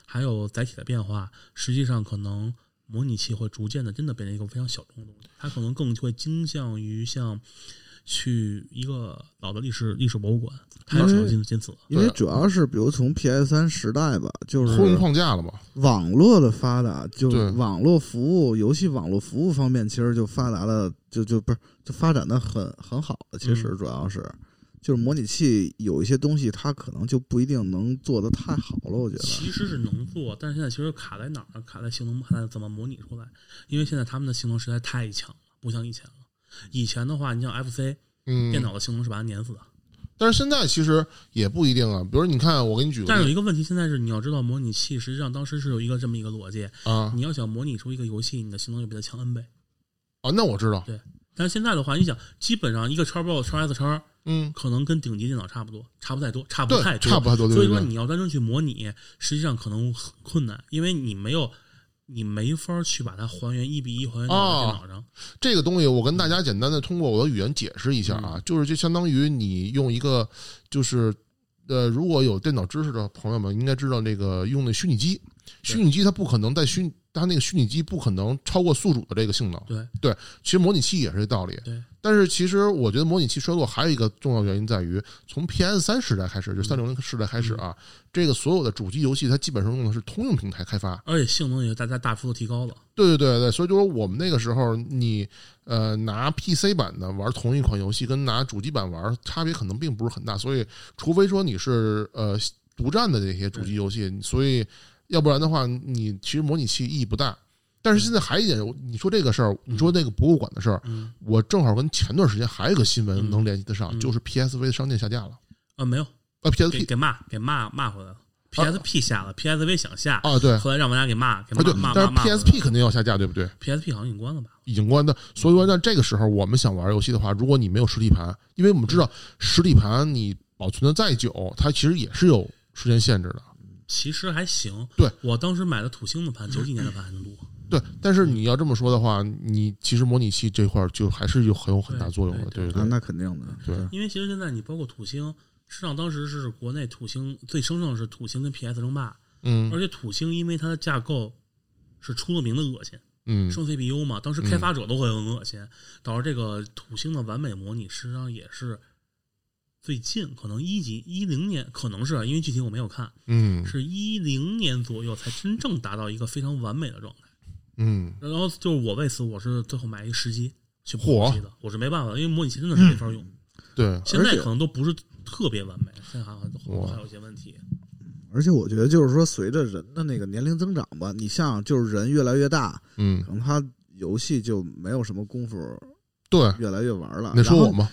还有载体的变化，实际上可能模拟器会逐渐的真的变成一个非常小众的东西，它可能更会倾向于像去一个老的历史历史博物馆，它要使用金金子，因为主要是比如从 PS 三时代吧，就是呼应框架了嘛？网络的发达，就对网络服务、游戏网络服务方面，其实就发达了，就就不是就发展的很很好了。其实嗯主要是、就是模拟器有一些东西，它可能就不一定能做得太好了。我觉得，啊其实是能做，但是现在其实卡在哪儿呢？卡在性能，卡在怎么模拟出来。因为现在他们的性能实在太强了，不像以前了。以前的话，你像 FC 嗯，电脑的性能是把它碾死的。但是现在其实也不一定啊。比如你看，我给你举个但是有例一个问题，现在是你要知道，模拟器实际上当时是有一个这么一个逻辑，啊你要想模拟出一个游戏，你的性能就比它强 N 倍。啊，那我知道，但是现在的话，你想，基本上一个叉 box 叉 S 叉嗯，可能跟顶级电脑差不多，差不太多，差不对太，多，差不太多，对所以对说对，你要单纯去模拟，实际上可能很困难，因为你没有，你没法去把它还原一比一还原到你的电脑哦上。这个东西我跟大家简单的通过我的语言解释一下嗯啊，就是就相当于你用一个就是呃，如果有电脑知识的朋友们应该知道，这个用的虚拟机，虚拟机它不可能在虚它那个虚拟机不可能超过宿主的这个性能。对对，其实模拟器也是这道理。对，但是其实我觉得模拟器衰落还有一个重要原因在于，从 PS 三时代开始，就三六零时代开始啊，嗯这个所有的主机游戏它基本上用的是通用平台开发。而且性能也大家大幅度提高了。对对对对，所以就说我们那个时候，你呃拿 PC 版的玩同一款游戏，跟拿主机版玩差别可能并不是很大，所以除非说你是呃独占的这些主机游戏，所以要不然的话，你其实模拟器意义不大。但是现在还有一点，我你说这个事儿，你说那个博物馆的事儿，嗯我正好跟前段时间还有一个新闻能联系得上，嗯就是 PSV 的商店下架了，啊，没有给啊 PSP 给骂给骂骂回来了，PSP 下了，PSV 想下，啊哦对啊后来让玩家给骂给对骂，骂但是骂骂回来 PSP 肯定要下架，对不对？ PSP 好像已经关了吧？已经关的，所以说在这个时候我们想玩游戏的话，如果你没有实体盘，因为我们知道实体盘你保存的再久，它其实也是有时间限制的。其实还行，对我当时买的土星的盘，九几年的盘还能多，对，但是你要这么说的话，你其实模拟器这块儿就还是有很有很大作用的，对对对那肯定的，对对因为其实现在你包括土星，实际上当时是国内土星最生盛的是土星跟 PS 争霸，嗯而且土星因为它的架构是出了名的恶心，嗯，双 CPU 嘛，当时开发者都会很恶心，导致这个土星的完美模拟实际上也是最近可能一几一零年，可能是啊因为具体我没有看，嗯是一零年左右才真正达到一个非常完美的状态。嗯然后就是我为此我是最后买一个时机去补嚯游戏的，我是没办法的，因为模拟器真的是没法用。对，现在而且可能都不是特别完美，现在还哇还有一些问题。而且我觉得就是说，随着人的那个年龄增长吧，你像就是人越来越大，嗯可能他游戏就没有什么功夫对，越来越玩了。那说我吗？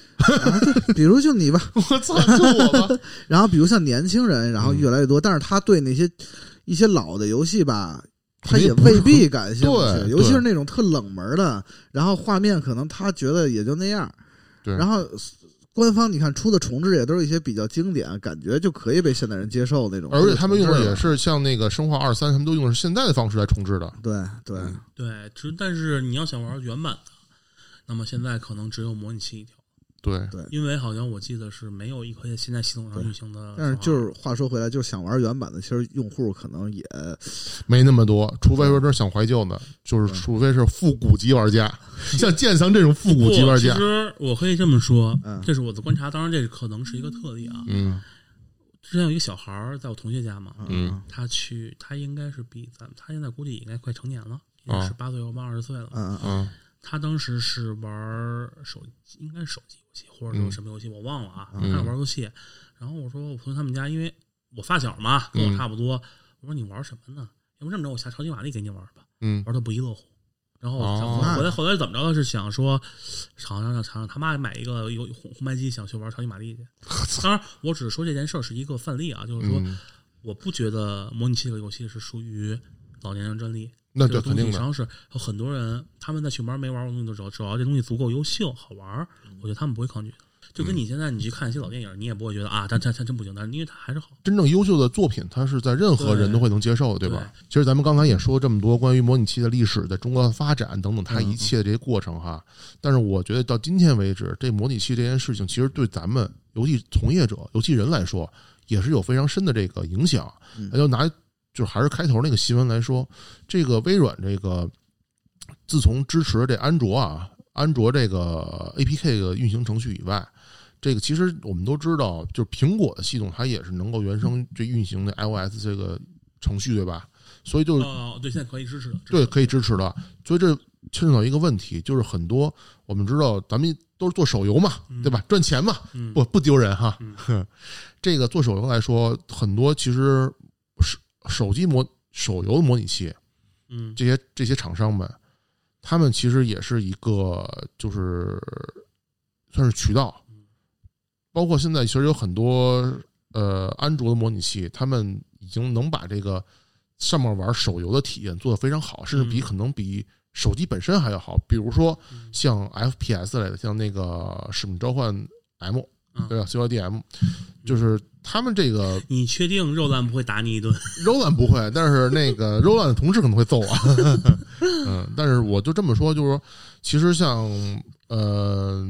比如就你吧，我操，就 我吧，然后比如像年轻人，然后嗯越来越多，但是他对那些一些老的游戏吧，他肯定也不是未必感兴对趣，尤其是对那种特冷门的，然后画面可能他觉得也就那样，对然后。官方你看出的重置也都是一些比较经典，感觉就可以被现代人接受那种。而且他们用的重置也了是像那个《生化二三》，他们都用的是现在的方式来重置的，对对，嗯对，只但是你要想玩原版的，那么现在可能只有模拟器一条，对，因为好像我记得是没有一款现在系统上运行的。但是就是话说回来，就是想玩原版的，其实用户可能也没那么多，除非说真是想怀旧呢，就是除非是复古级玩家，像剑桑这种复古级玩其家，实我可以这么说嗯，这是我的观察，当然这可能是一个特例啊。嗯之前有一个小孩儿在我同学家嘛，嗯他去，他应该是比咱们，他现在估计也应该快成年了，啊十八岁或二十岁了。嗯嗯嗯他当时是玩儿手机，应该是手机游戏或者说什么游戏，我忘了啊。嗯他是玩游戏，然后我说我朋友他们家，因为我发小嘛，嗯跟我差不多，我说你玩什么呢？要不这么着，我下超级玛丽给你玩吧，嗯玩的不亦乐乎。然后哦我后来后来怎么着是想说，想让让想让他妈买一个有红红白机，想去玩超级玛丽去。当然，我只是说这件事儿是一个范例啊，就是说嗯，我不觉得模拟器这个游戏是属于老年人专利，那这这个肯东定西的，上是有很多人，他们在去玩没玩过东西的时候，只要这东西足够优秀、好玩儿，嗯我觉得他们不会抗拒的。就跟你现在你去看一些老电影，你也不会觉得啊，它它它真不行，但是因为它还是好。真正优秀的作品，它是在任何人都会能接受的，对吧？其实咱们刚才也说这么多关于模拟器的历史，在中国的发展等等，它一切这些过程哈。但是我觉得到今天为止，这模拟器这件事情，其实对咱们游戏从业者、游戏人来说，也是有非常深的这个影响。嗯那就拿就还是开头那个新闻来说，这个微软这个自从支持这安卓啊，安卓这个 APK 的运行程序以外。这个其实我们都知道，就是苹果的系统它也是能够原生这运行的 iOS 这个程序，对吧？所以就是哦，对，现在可以支持的。嗯对，以。可以支持的。所以这牵扯到一个问题，就是很多我们知道，咱们都是做手游嘛，嗯对吧？赚钱嘛，嗯，不不丢人哈。嗯 这个做手游来说，很多其实手手机模手游模拟器嗯，这些这些厂商们，他们其实也是一个就是算是渠道，包括现在其实有很多呃安卓的模拟器，他们已经能把这个上面玩手游的体验做得非常好，甚至比嗯可能比手机本身还要好。比如说嗯像 FPS 类的，像那个《使命召唤 M》，嗯对吧？CODM，就是他们这个你确定肉蛋不会打你一顿？柔软不会，但是那 个柔软的同事可能会揍我。 嗯，但是我就这么说，就是说，其实像呃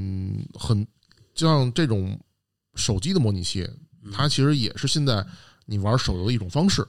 很像这种手机的模拟器，它其实也是现在你玩手游的一种方式。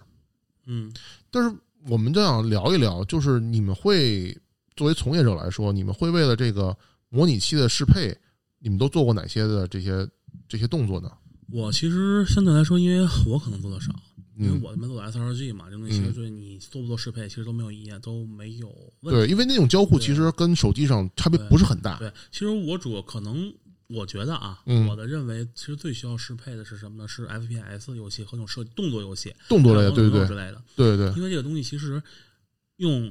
嗯，但是我们就想聊一聊，就是你们会作为从业者来说，你们会为了这个模拟器的适配，你们都做过哪些的这些这些动作呢？我其实相对来说，因为我可能做的少，因为嗯，我他妈做的 SRG 嘛，就那些嗯对你做不做适配，其实都没有意见，都没有问题。对，因为那种交互对其实跟手机上差别不是很大。对，其实我主要可能我觉得啊，啊嗯我的认为其实最需要适配的是什么呢？是 FPS 游戏和那种设计动作游戏，动作类的，对对对之对类的，对对，因为这个东西其实用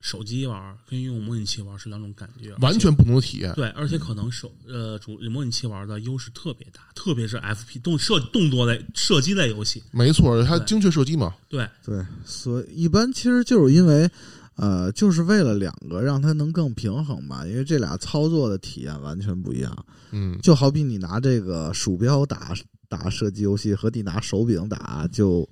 手机玩跟用模拟器玩是两种感觉，完全不同的体验。对，而且可能手呃主模拟器玩的优势特别大，特别是 FP 动射动作类射击类游戏，没错，它对精确射击嘛，对对，所以一般其实就是因为，呃，就是为了两个让它能更平衡吧，因为这俩操作的体验完全不一样。嗯，就好比你拿这个鼠标打打射击游戏和你拿手柄打，就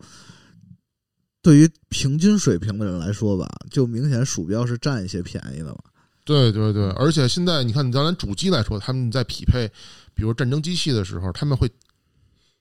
对于平均水平的人来说吧，就明显鼠标是占一些便宜的嘛。对对对，嗯而且现在你看，咱咱主机来说，他们在匹配，比如战争机器的时候，他们会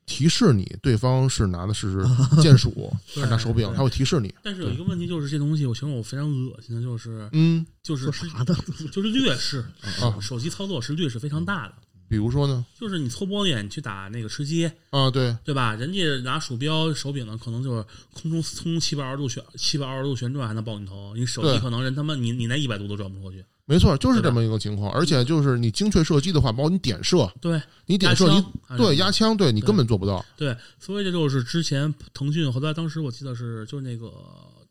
提示你对方是拿的是键鼠还 对是拿手柄，对他会提示你。但是有一个问题就是这东西，我形容我非常恶心的，就是嗯，就是说啥呢？就是劣势，啊手机操作是劣势非常大的，比如说呢？就是你搓玻璃你去打那个吃鸡，啊，对，对吧？人家拿鼠标、手柄呢，可能就是空中空中七百二十度旋七百二十度旋转还能爆你头，你手对机可能人他妈你你那一百度都转不过去。没错，就是对吧这么一个情嗯况。而且就是你精确射击的话，包括你点射，对，你点射，压你枪还是对什么压枪，对你对根本做不到。对，所以这就是之前腾讯后来当时我记得是就是那个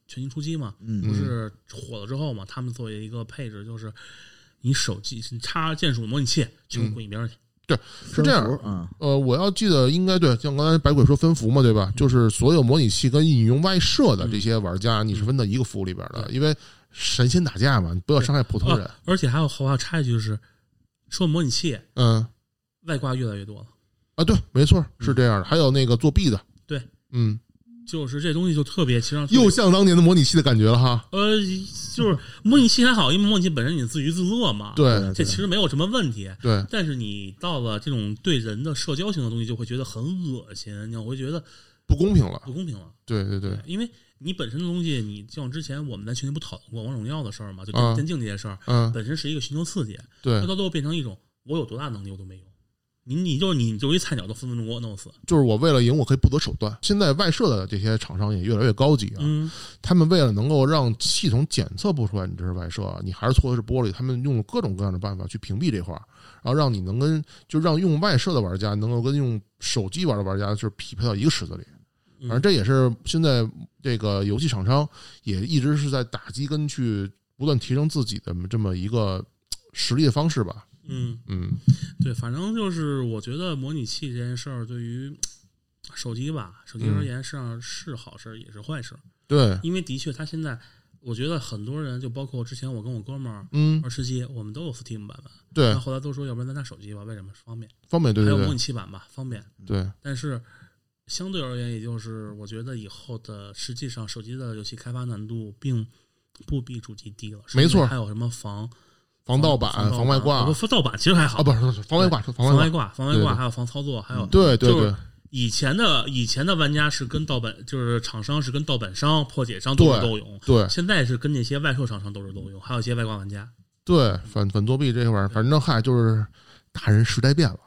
全新出击嘛，嗯不是火了之后嘛，他们作为一个配置就是。你手机你插键鼠模拟器，全嗯部滚一边去。是这样分符啊，呃，我要记得应该对，像刚才百鬼说分服嘛，对吧？就是所有模拟器跟你用外设的这些玩家，你是分到一个服里边的，因为神仙打架嘛，你不要伤害普通人。啊而且还有后话插一句就是，说模拟器嗯，外挂越来越多了，啊，对，没错，是这样的。还有那个作弊的，对，嗯，就是这东西就特别，其实上特别又像当年的模拟器的感觉了哈。呃，就是模拟器还好，因为模拟器本身你自娱自乐嘛，，啊对这其实没有什么问题。对，但是你到了这种对人的社交性的东西，就会觉得很恶心，你会觉得不公平了。不公平了。对对对，因为你本身的东西，你像之前我们在群里不讨论过王者荣耀的事儿嘛，就啊电竞这件事儿，嗯，本身是一个寻求刺激，对它，到最后变成一种我有多大能力我都没用，你你就是你你就是一菜鸟都分分钟给我弄死。就是我为了赢，我可以不择手段。现在外设的这些厂商也越来越高级啊，嗯，他们为了能够让系统检测不出来你这是外设，你还是搓的是玻璃，他们用了各种各样的办法去屏蔽这块儿，然后让你能跟就让用外设的玩家能够跟用手机玩的玩家就是匹配到一个池子里。嗯反正这也是现在这个游戏厂商也一直是在打击跟去不断提升自己的这么一个实力的方式吧。嗯。嗯对，反正就是我觉得模拟器这件事儿，对于手机吧，手机嗯而言，实际上是好事儿，也是坏事儿。，对，因为的确，它现在我觉得很多人，就包括之前我跟我哥们儿嗯玩吃鸡，我们都有 Steam 版本，对但，后来都说，要不然咱拿手机吧，为什么方便？方便，对还对有模拟对器版吧，方便。对，但是相对而言，也就是我觉得以后的实际上手机的游戏开发难度并不比主机低了，甚没至错还有什么防防盗版、防防外挂不，防盗版其实还好啊，不是防外挂，防防外外挂，挂、防外对挂，对还有防操作，还有对对就是对以前的以前的玩家是跟盗版，就是厂商是跟盗版商、破解商斗智对斗勇，对。现在是跟那些外售厂商斗智斗勇，还有一些外挂玩家。对，反反作弊这块儿，反正嗨，就是大人时代变了。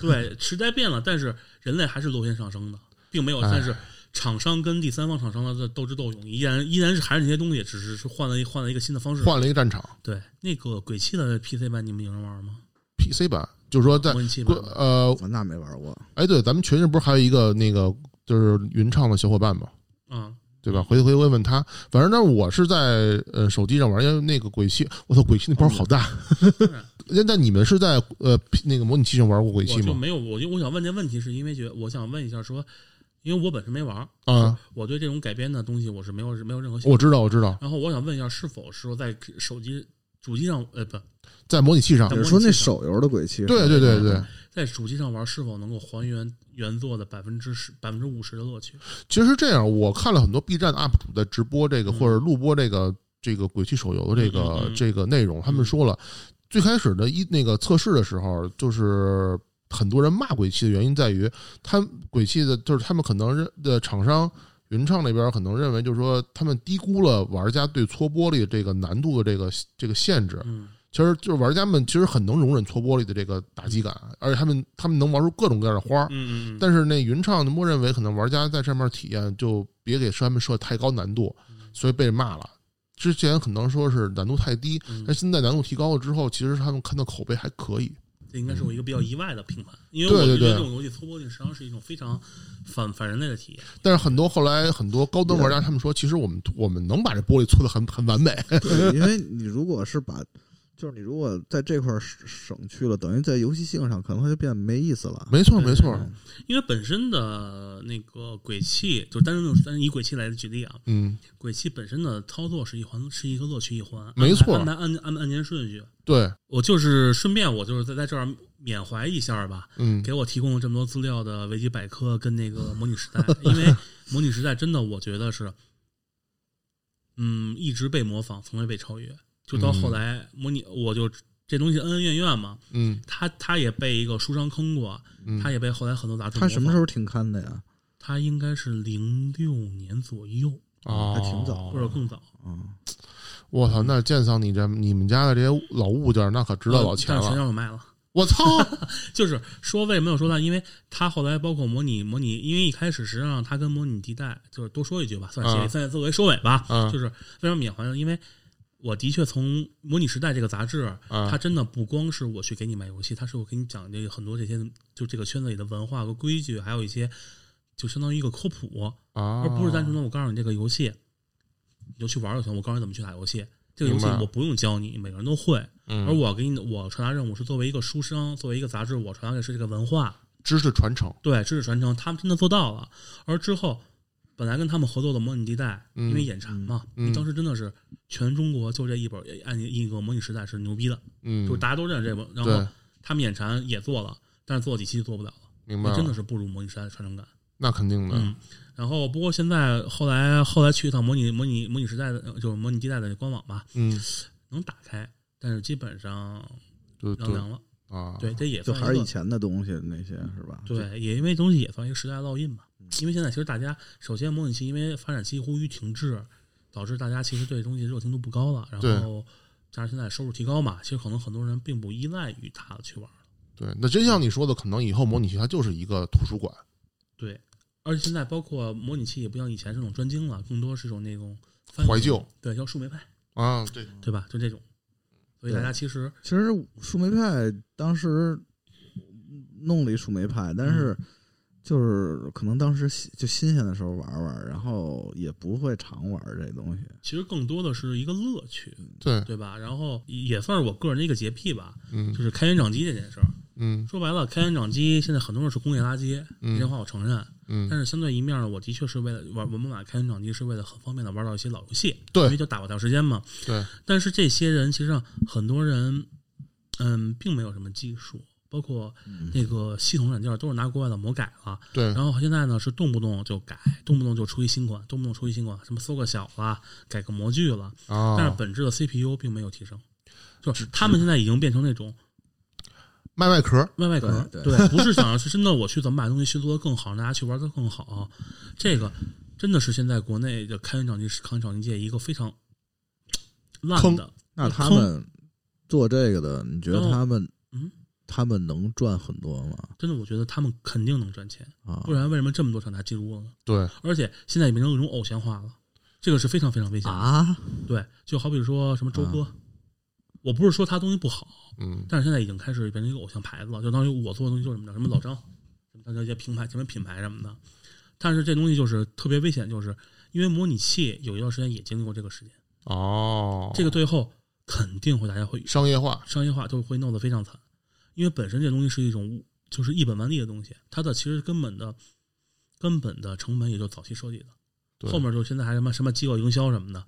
对，时代变了，但是人类还是螺旋上升的，并没有。哎但是厂商跟第三方厂商的斗智斗勇，依然依然是还是那些东西，只是是换了一换了一个新的方式。换了一个战场对，那个鬼泣的 PC 版你们有人玩吗？ ，PC 版，就是说在模拟器版国呃，我那没玩过，哎，对，咱们群里不是还有一个那个就是云唱的小伙伴嘛，啊，对吧？回头回头问问他。反正呢，我是在呃手机上玩，因为那个鬼泣，我操，鬼泣那包好大。哦 那那你们是在呃 P- 那个模拟器上玩过鬼泣我就吗？没有，我就我想问这问题，是因为觉得我想问一下说，因为我本身没玩儿，啊，我对这种改编的东西我是没有没有任何兴趣。我知道，我知道，然后我想问一下，是否是说在手机主机上，呃，不在模拟器上在，只是说那手游的鬼泣是吧。对对对对。在主机上玩，是否能够还原原作的百分之十、百分之五十的乐趣？其实这样，我看了很多 B 站 UP 主在直播这个、或者录播这个这个鬼泣手游的这个、嗯嗯嗯这个内容，他们说了，最开始的一那个测试的时候，就是很多人骂鬼泣的原因在于，他鬼泣的就是他们可能认的厂商。云唱那边可能认为，就是说他们低估了玩家对搓玻璃这个难度的这个这个限制。嗯，其实就是玩家们其实很能容忍搓玻璃的这个打击感，而且他们他们能玩出各种各样的花儿。嗯嗯，但是那云唱的默认为可能玩家在上面体验就别给他们设太高难度，所以被骂了。之前可能说是难度太低，嗯但现在难度提高了之后，其实他们看到口碑还可以。这应该是我一个比较意外的评判，因为对我对觉得对这种游戏搓波子实际上是一种非常反反人类的体验。但是很多后来很多高端玩家他们说，其实我们我们能把这玻璃搓的很很完美， 对，因为你如果是把，就是你如果在这块儿省省去了，等于在游戏性上可能就变没意思了。没错没错，因为本身的那个鬼泣，就单纯单以鬼泣来举例啊，嗯，鬼泣本身的操作是一环，是一个乐趣一环，没错安排按按按键顺序。对，我就是顺便，我就是在在这儿缅怀一下吧，嗯，给我提供了这么多资料的维基百科跟那个模拟时 代，因为模拟时代真的我觉得是，嗯，一直被模仿，从未被超越。就到后来模拟，我就这东西恩恩怨怨嘛，嗯他他也被一个书商坑过，嗯他，也被后来很多杂志。他什么时？候停刊的呀？他应该是零六年左右，哦还挺早或者更早，嗯，我操，那建桑，你这你们家的这些老物件儿，那可值了老钱呃但是全了。让我卖了。我 操，就是说为什么有说它，因为它后来包括模拟模拟，因为一开始实际上它跟模拟地带，就是多说一句吧，算啊是算作为收尾吧，啊就是为什么缅怀呢？因为我的确从《模拟时代》这个杂志，啊它真的不光是我去给你买游戏，它是我给你讲这个很多这些就这个圈子里的文化和规矩，还有一些就相当于一个科普，啊而不是单纯的我告诉你这个游戏，你就去玩就行，我告诉你怎么去打游戏。这个游戏明白我不用教你，每个人都会。嗯而我给你的，我传达任务是作为一个书生，作为一个杂志，我传达的是这个文化，知识传承，对知识传承，他们真的做到了。而之后，本来跟他们合作的《模拟地带》嗯因为眼馋嘛，嗯因为当时真的是全中国就这一本，按一个《模拟时代》是牛逼的，嗯，就是大家都认识这本。然对后，他们眼馋也做了，但是做了几期就做不了了，明白那了，真的是不如《模拟时代》的传承感。那肯定的，嗯，然后不过现在后来后来去一趟模拟模拟模拟时代的呃就是模拟地带的官网吧，嗯，能打开，但是基本上对凉对凉了。啊，对，这也就算一还是以个前的东西那些是吧？对，也因为东西也算一个时代的烙印吧。嗯因为现在其实大家，首先模拟器因为发展期呼吁停滞，导致大家其实对东西热情度不高了。然对后加上现在收入提高嘛，其实可能很多人并不依赖于它去玩。对，那真像你说的，可能以后模拟器它就是一个图书馆，对，而且现在包括模拟器也不像以前这种专精了，更多是一种那种翻怀译旧，对，叫树莓派，啊，对，对吧？就这种。所以大家其实其实树莓派当时弄了一树莓派，但是就是可能当时新就新鲜的时候玩玩，然后也不会常玩这东西。其实更多的是一个乐趣，对，对吧？然后也算是我个人的一个洁癖吧，嗯就是开源掌机这件事儿。嗯说白了，开源掌机现在很多人是工业垃圾，这些嗯话我承认。但嗯，是相对一面呢，我的确是为了玩我们买开源掌机是为了很方便的玩到一些老游戏，因为对就打发掉时间嘛。对，但是这些人其实上很多人，嗯，并没有什么技术，包括那个系统软件都是拿国外的模改了。嗯对，然后现在呢是动不动就改，动不动就出一新款，动不动出一新款，什么搜个小啦，改个模具了，但是啊，本质的 CPU 并没有提升，就是他们现在已经变成那种卖外壳，外卖壳，嗯对对，不是想要是真的我去怎么把东西去做得更好，让大家去玩得更好，这个真的是现在国内的开源掌机、开源掌机界一个非常烂的，那他坑们做这个的，你觉得然后他们嗯他们能赚很多吗？真的我觉得他们肯定能赚钱，啊不，然为什么这么多厂家进入了呢？对，而且现在也变成一种偶像化了，这个是非常非常危险的。啊，嗯对，就好比说什么周哥，我不是说他东西不好，嗯但是现在已经开始变成一个偶像牌子了，就当于我做的东西就是什么的，什么老张，什么大家一些品牌、什么品牌什么的。但是这东西就是特别危险，就是因为模拟器有一段时间也经历过这个事件，哦，这个最后肯定会大家会商业化，商业化，就会弄得非常惨，因为本身这东西是一种就是一本万利的东西，它的其实根本的根本的成本也就早期设计的，对后面就现在还什么什么机构营销什么的。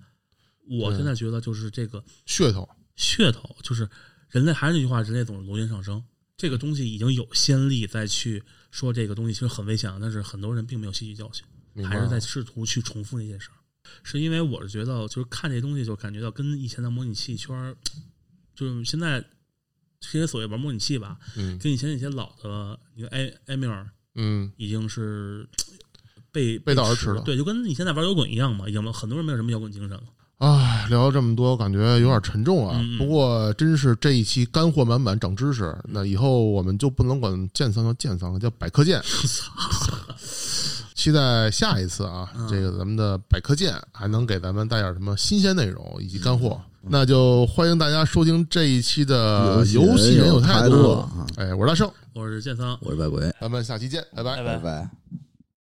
我对现在觉得就是这个噱头，噱头，就是人类还是那句话，人类总是螺旋上升。这个东西已经有先例再去说这个东西其实很危险，但是很多人并没有吸取教训，明白还是了在试图去重复那件事儿。是因为我是觉得，就是看这东西就感觉到跟以前的模拟器圈儿，就是现在这些所谓玩模拟器吧，嗯跟以前那些老的，你看埃埃米尔嗯，已经是被背道而驰了对，就跟你现在玩摇滚一样嘛，已经很多人没有什么摇滚精神了。 唉，聊了这么多，感觉有点沉重啊。嗯嗯不过，真是这一期干货满满，长知识。那以后我们就不能管剑桑叫剑桑了，叫百科 剑。期待下一次啊，嗯这个咱们的百科剑还能给咱们带点什么新鲜内容以及干货。那就欢迎大家收听这一期的《嗯游戏人有有态度度》。啊！哎，我是大圣，我是建桑，我是白鬼，咱们下期见，拜拜。拜拜拜。